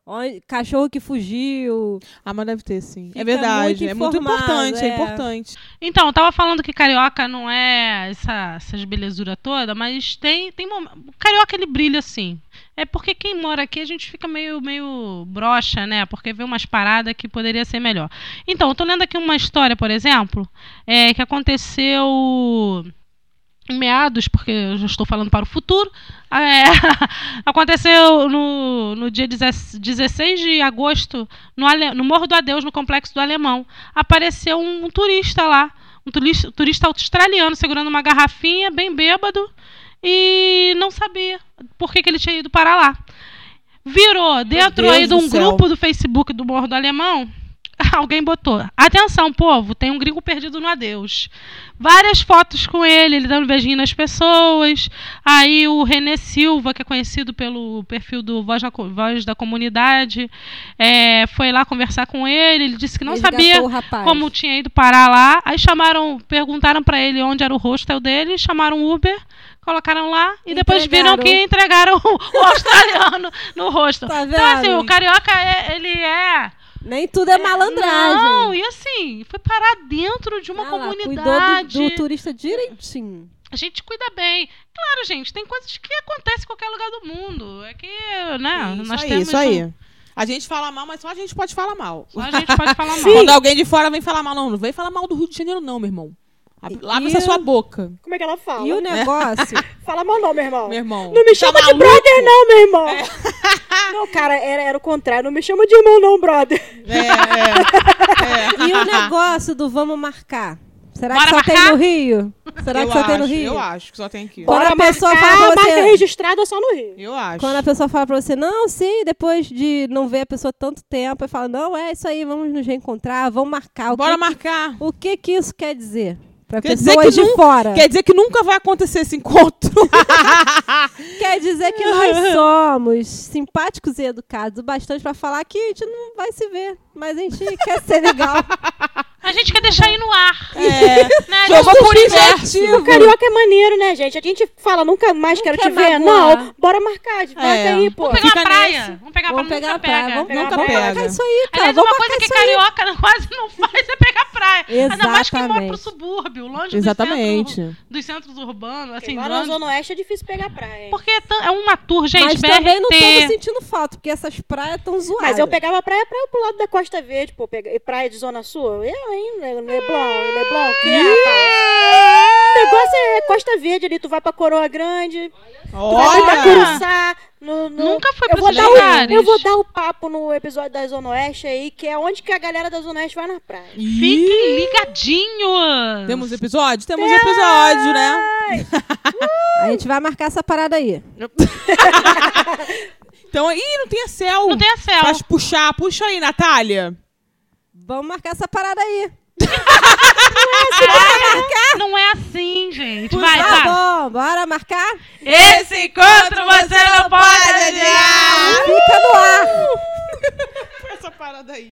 [SPEAKER 3] Onde, cachorro que fugiu.
[SPEAKER 2] Ah, mas deve ter sim.
[SPEAKER 3] Fica
[SPEAKER 2] é verdade.
[SPEAKER 3] muito
[SPEAKER 2] é muito
[SPEAKER 3] informado,
[SPEAKER 2] importante, é,
[SPEAKER 3] é.
[SPEAKER 2] importante.
[SPEAKER 4] Então, eu tava falando que carioca não é essa, essas belezura toda, mas tem, tem mom- O carioca ele brilha assim. É porque quem mora aqui a gente fica meio, meio broxa, né? Porque vê umas paradas que poderia ser melhor. Então, eu tô lendo aqui uma história, por exemplo, é, que aconteceu em meados, porque eu já estou falando para o futuro. É, [laughs] aconteceu no, no dia 16 16 de agosto, no, Ale- no Morro do Adeus, no Complexo do Alemão apareceu um, turista lá, um turista, turista australiano segurando uma garrafinha, bem bêbado, e não sabia por que, que ele tinha ido para lá. Virou dentro
[SPEAKER 2] Deus
[SPEAKER 4] aí de
[SPEAKER 2] do
[SPEAKER 4] um
[SPEAKER 2] céu.
[SPEAKER 4] grupo do Facebook do Morro do Alemão. [laughs] Alguém botou. Atenção, povo, tem um gringo perdido no adeus. Várias fotos com ele, ele dando beijinho nas pessoas. Aí o René Silva, que é conhecido pelo perfil do Voz da, Co- Voz da Comunidade, eh, foi lá conversar com ele. Ele disse que não
[SPEAKER 3] Resgatou
[SPEAKER 4] sabia
[SPEAKER 3] o rapaz.
[SPEAKER 4] como tinha ido parar lá. Aí chamaram, perguntaram pra ele onde era o hostel dele, chamaram o Uber, colocaram lá e depois viram
[SPEAKER 3] Entregaram.
[SPEAKER 4] que entregaram o,
[SPEAKER 3] [laughs]
[SPEAKER 4] o australiano no hostel.
[SPEAKER 3] Tá
[SPEAKER 4] Então, assim,
[SPEAKER 3] vendo?
[SPEAKER 4] o carioca, é- ele é.
[SPEAKER 3] Nem tudo é malandragem.
[SPEAKER 4] Não, e assim, foi parar dentro de uma
[SPEAKER 3] Ah lá,
[SPEAKER 4] comunidade.
[SPEAKER 3] Cuidou do, do turista direitinho.
[SPEAKER 4] A gente cuida bem. Claro, gente, tem coisas que acontecem em qualquer lugar do mundo. É que, né,
[SPEAKER 2] Isso
[SPEAKER 4] nós
[SPEAKER 2] aí,
[SPEAKER 4] temos.
[SPEAKER 2] isso aí.
[SPEAKER 4] um-
[SPEAKER 2] A gente fala mal, mas só a gente pode falar mal.
[SPEAKER 4] Só a gente pode falar mal.
[SPEAKER 2] Quando alguém de fora vem falar mal, não, não vem falar mal do Rio de Janeiro, não, meu irmão. Abre- Abre essa
[SPEAKER 3] eu-
[SPEAKER 2] sua boca,
[SPEAKER 5] Como é que ela fala?
[SPEAKER 3] E o negócio?
[SPEAKER 5] Fala meu nome, irmão.
[SPEAKER 2] meu irmão.
[SPEAKER 5] Não me chama de
[SPEAKER 2] maluco? É.
[SPEAKER 5] brother, não, meu irmão. [laughs] Não, cara, era, era o contrário. Não me chama de irmão, não, brother.
[SPEAKER 2] É, é, é.
[SPEAKER 4] [laughs]
[SPEAKER 3] e o negócio do vamos marcar? Será que
[SPEAKER 4] Bora
[SPEAKER 3] só tem
[SPEAKER 4] marcar?
[SPEAKER 3] no Rio? Será
[SPEAKER 2] eu
[SPEAKER 3] que só
[SPEAKER 2] acho,
[SPEAKER 3] tem no Rio?
[SPEAKER 2] Eu acho que só tem aqui.
[SPEAKER 3] Quando a pessoa fala
[SPEAKER 5] Ah,
[SPEAKER 3] pra você.
[SPEAKER 5] marca registrada só no Rio.
[SPEAKER 2] Eu acho.
[SPEAKER 3] Quando a pessoa fala pra você, não, sim, depois de não ver a pessoa tanto tempo, eu falo, não, é isso aí, vamos nos reencontrar, vamos marcar. O,
[SPEAKER 2] Bora
[SPEAKER 3] que,
[SPEAKER 2] marcar.
[SPEAKER 3] o que que isso quer dizer? Pra
[SPEAKER 2] Quer dizer
[SPEAKER 3] pessoas
[SPEAKER 2] que
[SPEAKER 3] de
[SPEAKER 2] não-
[SPEAKER 3] fora.
[SPEAKER 2] Quer dizer que nunca vai acontecer esse encontro.
[SPEAKER 3] Quer dizer que nós somos simpáticos e educados o bastante pra falar que a gente não vai se ver, mas a gente quer ser legal.
[SPEAKER 4] A gente quer deixar aí no ar.
[SPEAKER 2] É.
[SPEAKER 4] Né? A gente
[SPEAKER 2] Jogou por
[SPEAKER 5] O
[SPEAKER 2] inverso.
[SPEAKER 5] carioca é maneiro, né, gente? A gente fala, nunca mais quero
[SPEAKER 3] quer
[SPEAKER 5] te
[SPEAKER 3] magoar.
[SPEAKER 5] ver. Não, bora marcar. Marca
[SPEAKER 2] É.
[SPEAKER 5] aí, pô.
[SPEAKER 4] Vamos pegar
[SPEAKER 2] Fica
[SPEAKER 4] uma praia.
[SPEAKER 2] nesse.
[SPEAKER 4] Vamos pegar
[SPEAKER 3] Vamos
[SPEAKER 4] pra
[SPEAKER 3] pegar a
[SPEAKER 4] nunca
[SPEAKER 3] praia.
[SPEAKER 4] pega.
[SPEAKER 3] Vamos,
[SPEAKER 5] Pega,
[SPEAKER 3] nunca
[SPEAKER 5] vamos
[SPEAKER 3] pega.
[SPEAKER 2] pegar.
[SPEAKER 3] isso aí, cara.
[SPEAKER 4] Aliás,
[SPEAKER 3] vamos
[SPEAKER 4] uma coisa
[SPEAKER 3] marcar
[SPEAKER 4] que
[SPEAKER 3] isso aí.
[SPEAKER 4] carioca quase não faz é pegar praia. Ainda mais quem mora pro
[SPEAKER 3] Exatamente.
[SPEAKER 4] subúrbio, longe
[SPEAKER 2] Exatamente.
[SPEAKER 4] Dos, centros, dos centros urbanos, assim,
[SPEAKER 5] Quem mora na
[SPEAKER 4] longe.
[SPEAKER 5] Zona Oeste é difícil pegar praia. hein?
[SPEAKER 4] Porque é, tão- é uma tour, gente,
[SPEAKER 3] Mas
[SPEAKER 4] BRT.
[SPEAKER 3] também não estamos sentindo falta, porque essas praias estão zoadas.
[SPEAKER 5] Mas eu pegava praia pra ir pro lado da Costa Verde, pô. Pega... e Praia de Zona Sul. Eu, hein? Le- Leblon, Leblon, que é, rapaz? O negócio é Costa Verde ali. Tu vai pra Coroa Grande, tu vai pra
[SPEAKER 2] [laughs] Olha.
[SPEAKER 5] Curuçá. No, no...
[SPEAKER 4] Nunca foi
[SPEAKER 5] eu
[SPEAKER 4] pra
[SPEAKER 5] vou,
[SPEAKER 4] esses
[SPEAKER 5] dar o,
[SPEAKER 4] lugares.
[SPEAKER 5] eu vou dar o papo no episódio da Zona Oeste aí, que é onde que a galera da Zona Oeste vai na praia.
[SPEAKER 2] Ih,
[SPEAKER 4] Fiquem ligadinhos.
[SPEAKER 2] Temos episódio? Temos episódio, né?
[SPEAKER 3] A gente vai marcar essa parada aí.
[SPEAKER 2] Então, ih, não tem a céu.
[SPEAKER 4] Não tem a céu.
[SPEAKER 2] Faz puxar, puxa aí, Natália.
[SPEAKER 3] Vamos marcar essa parada aí.
[SPEAKER 4] é assim, Não é assim, gente. Vai,
[SPEAKER 3] tá
[SPEAKER 4] tá.
[SPEAKER 3] bom, bora marcar?
[SPEAKER 4] Esse encontro
[SPEAKER 1] é
[SPEAKER 4] você não pode adiar.
[SPEAKER 3] Fica no ar.
[SPEAKER 2] Essa parada aí.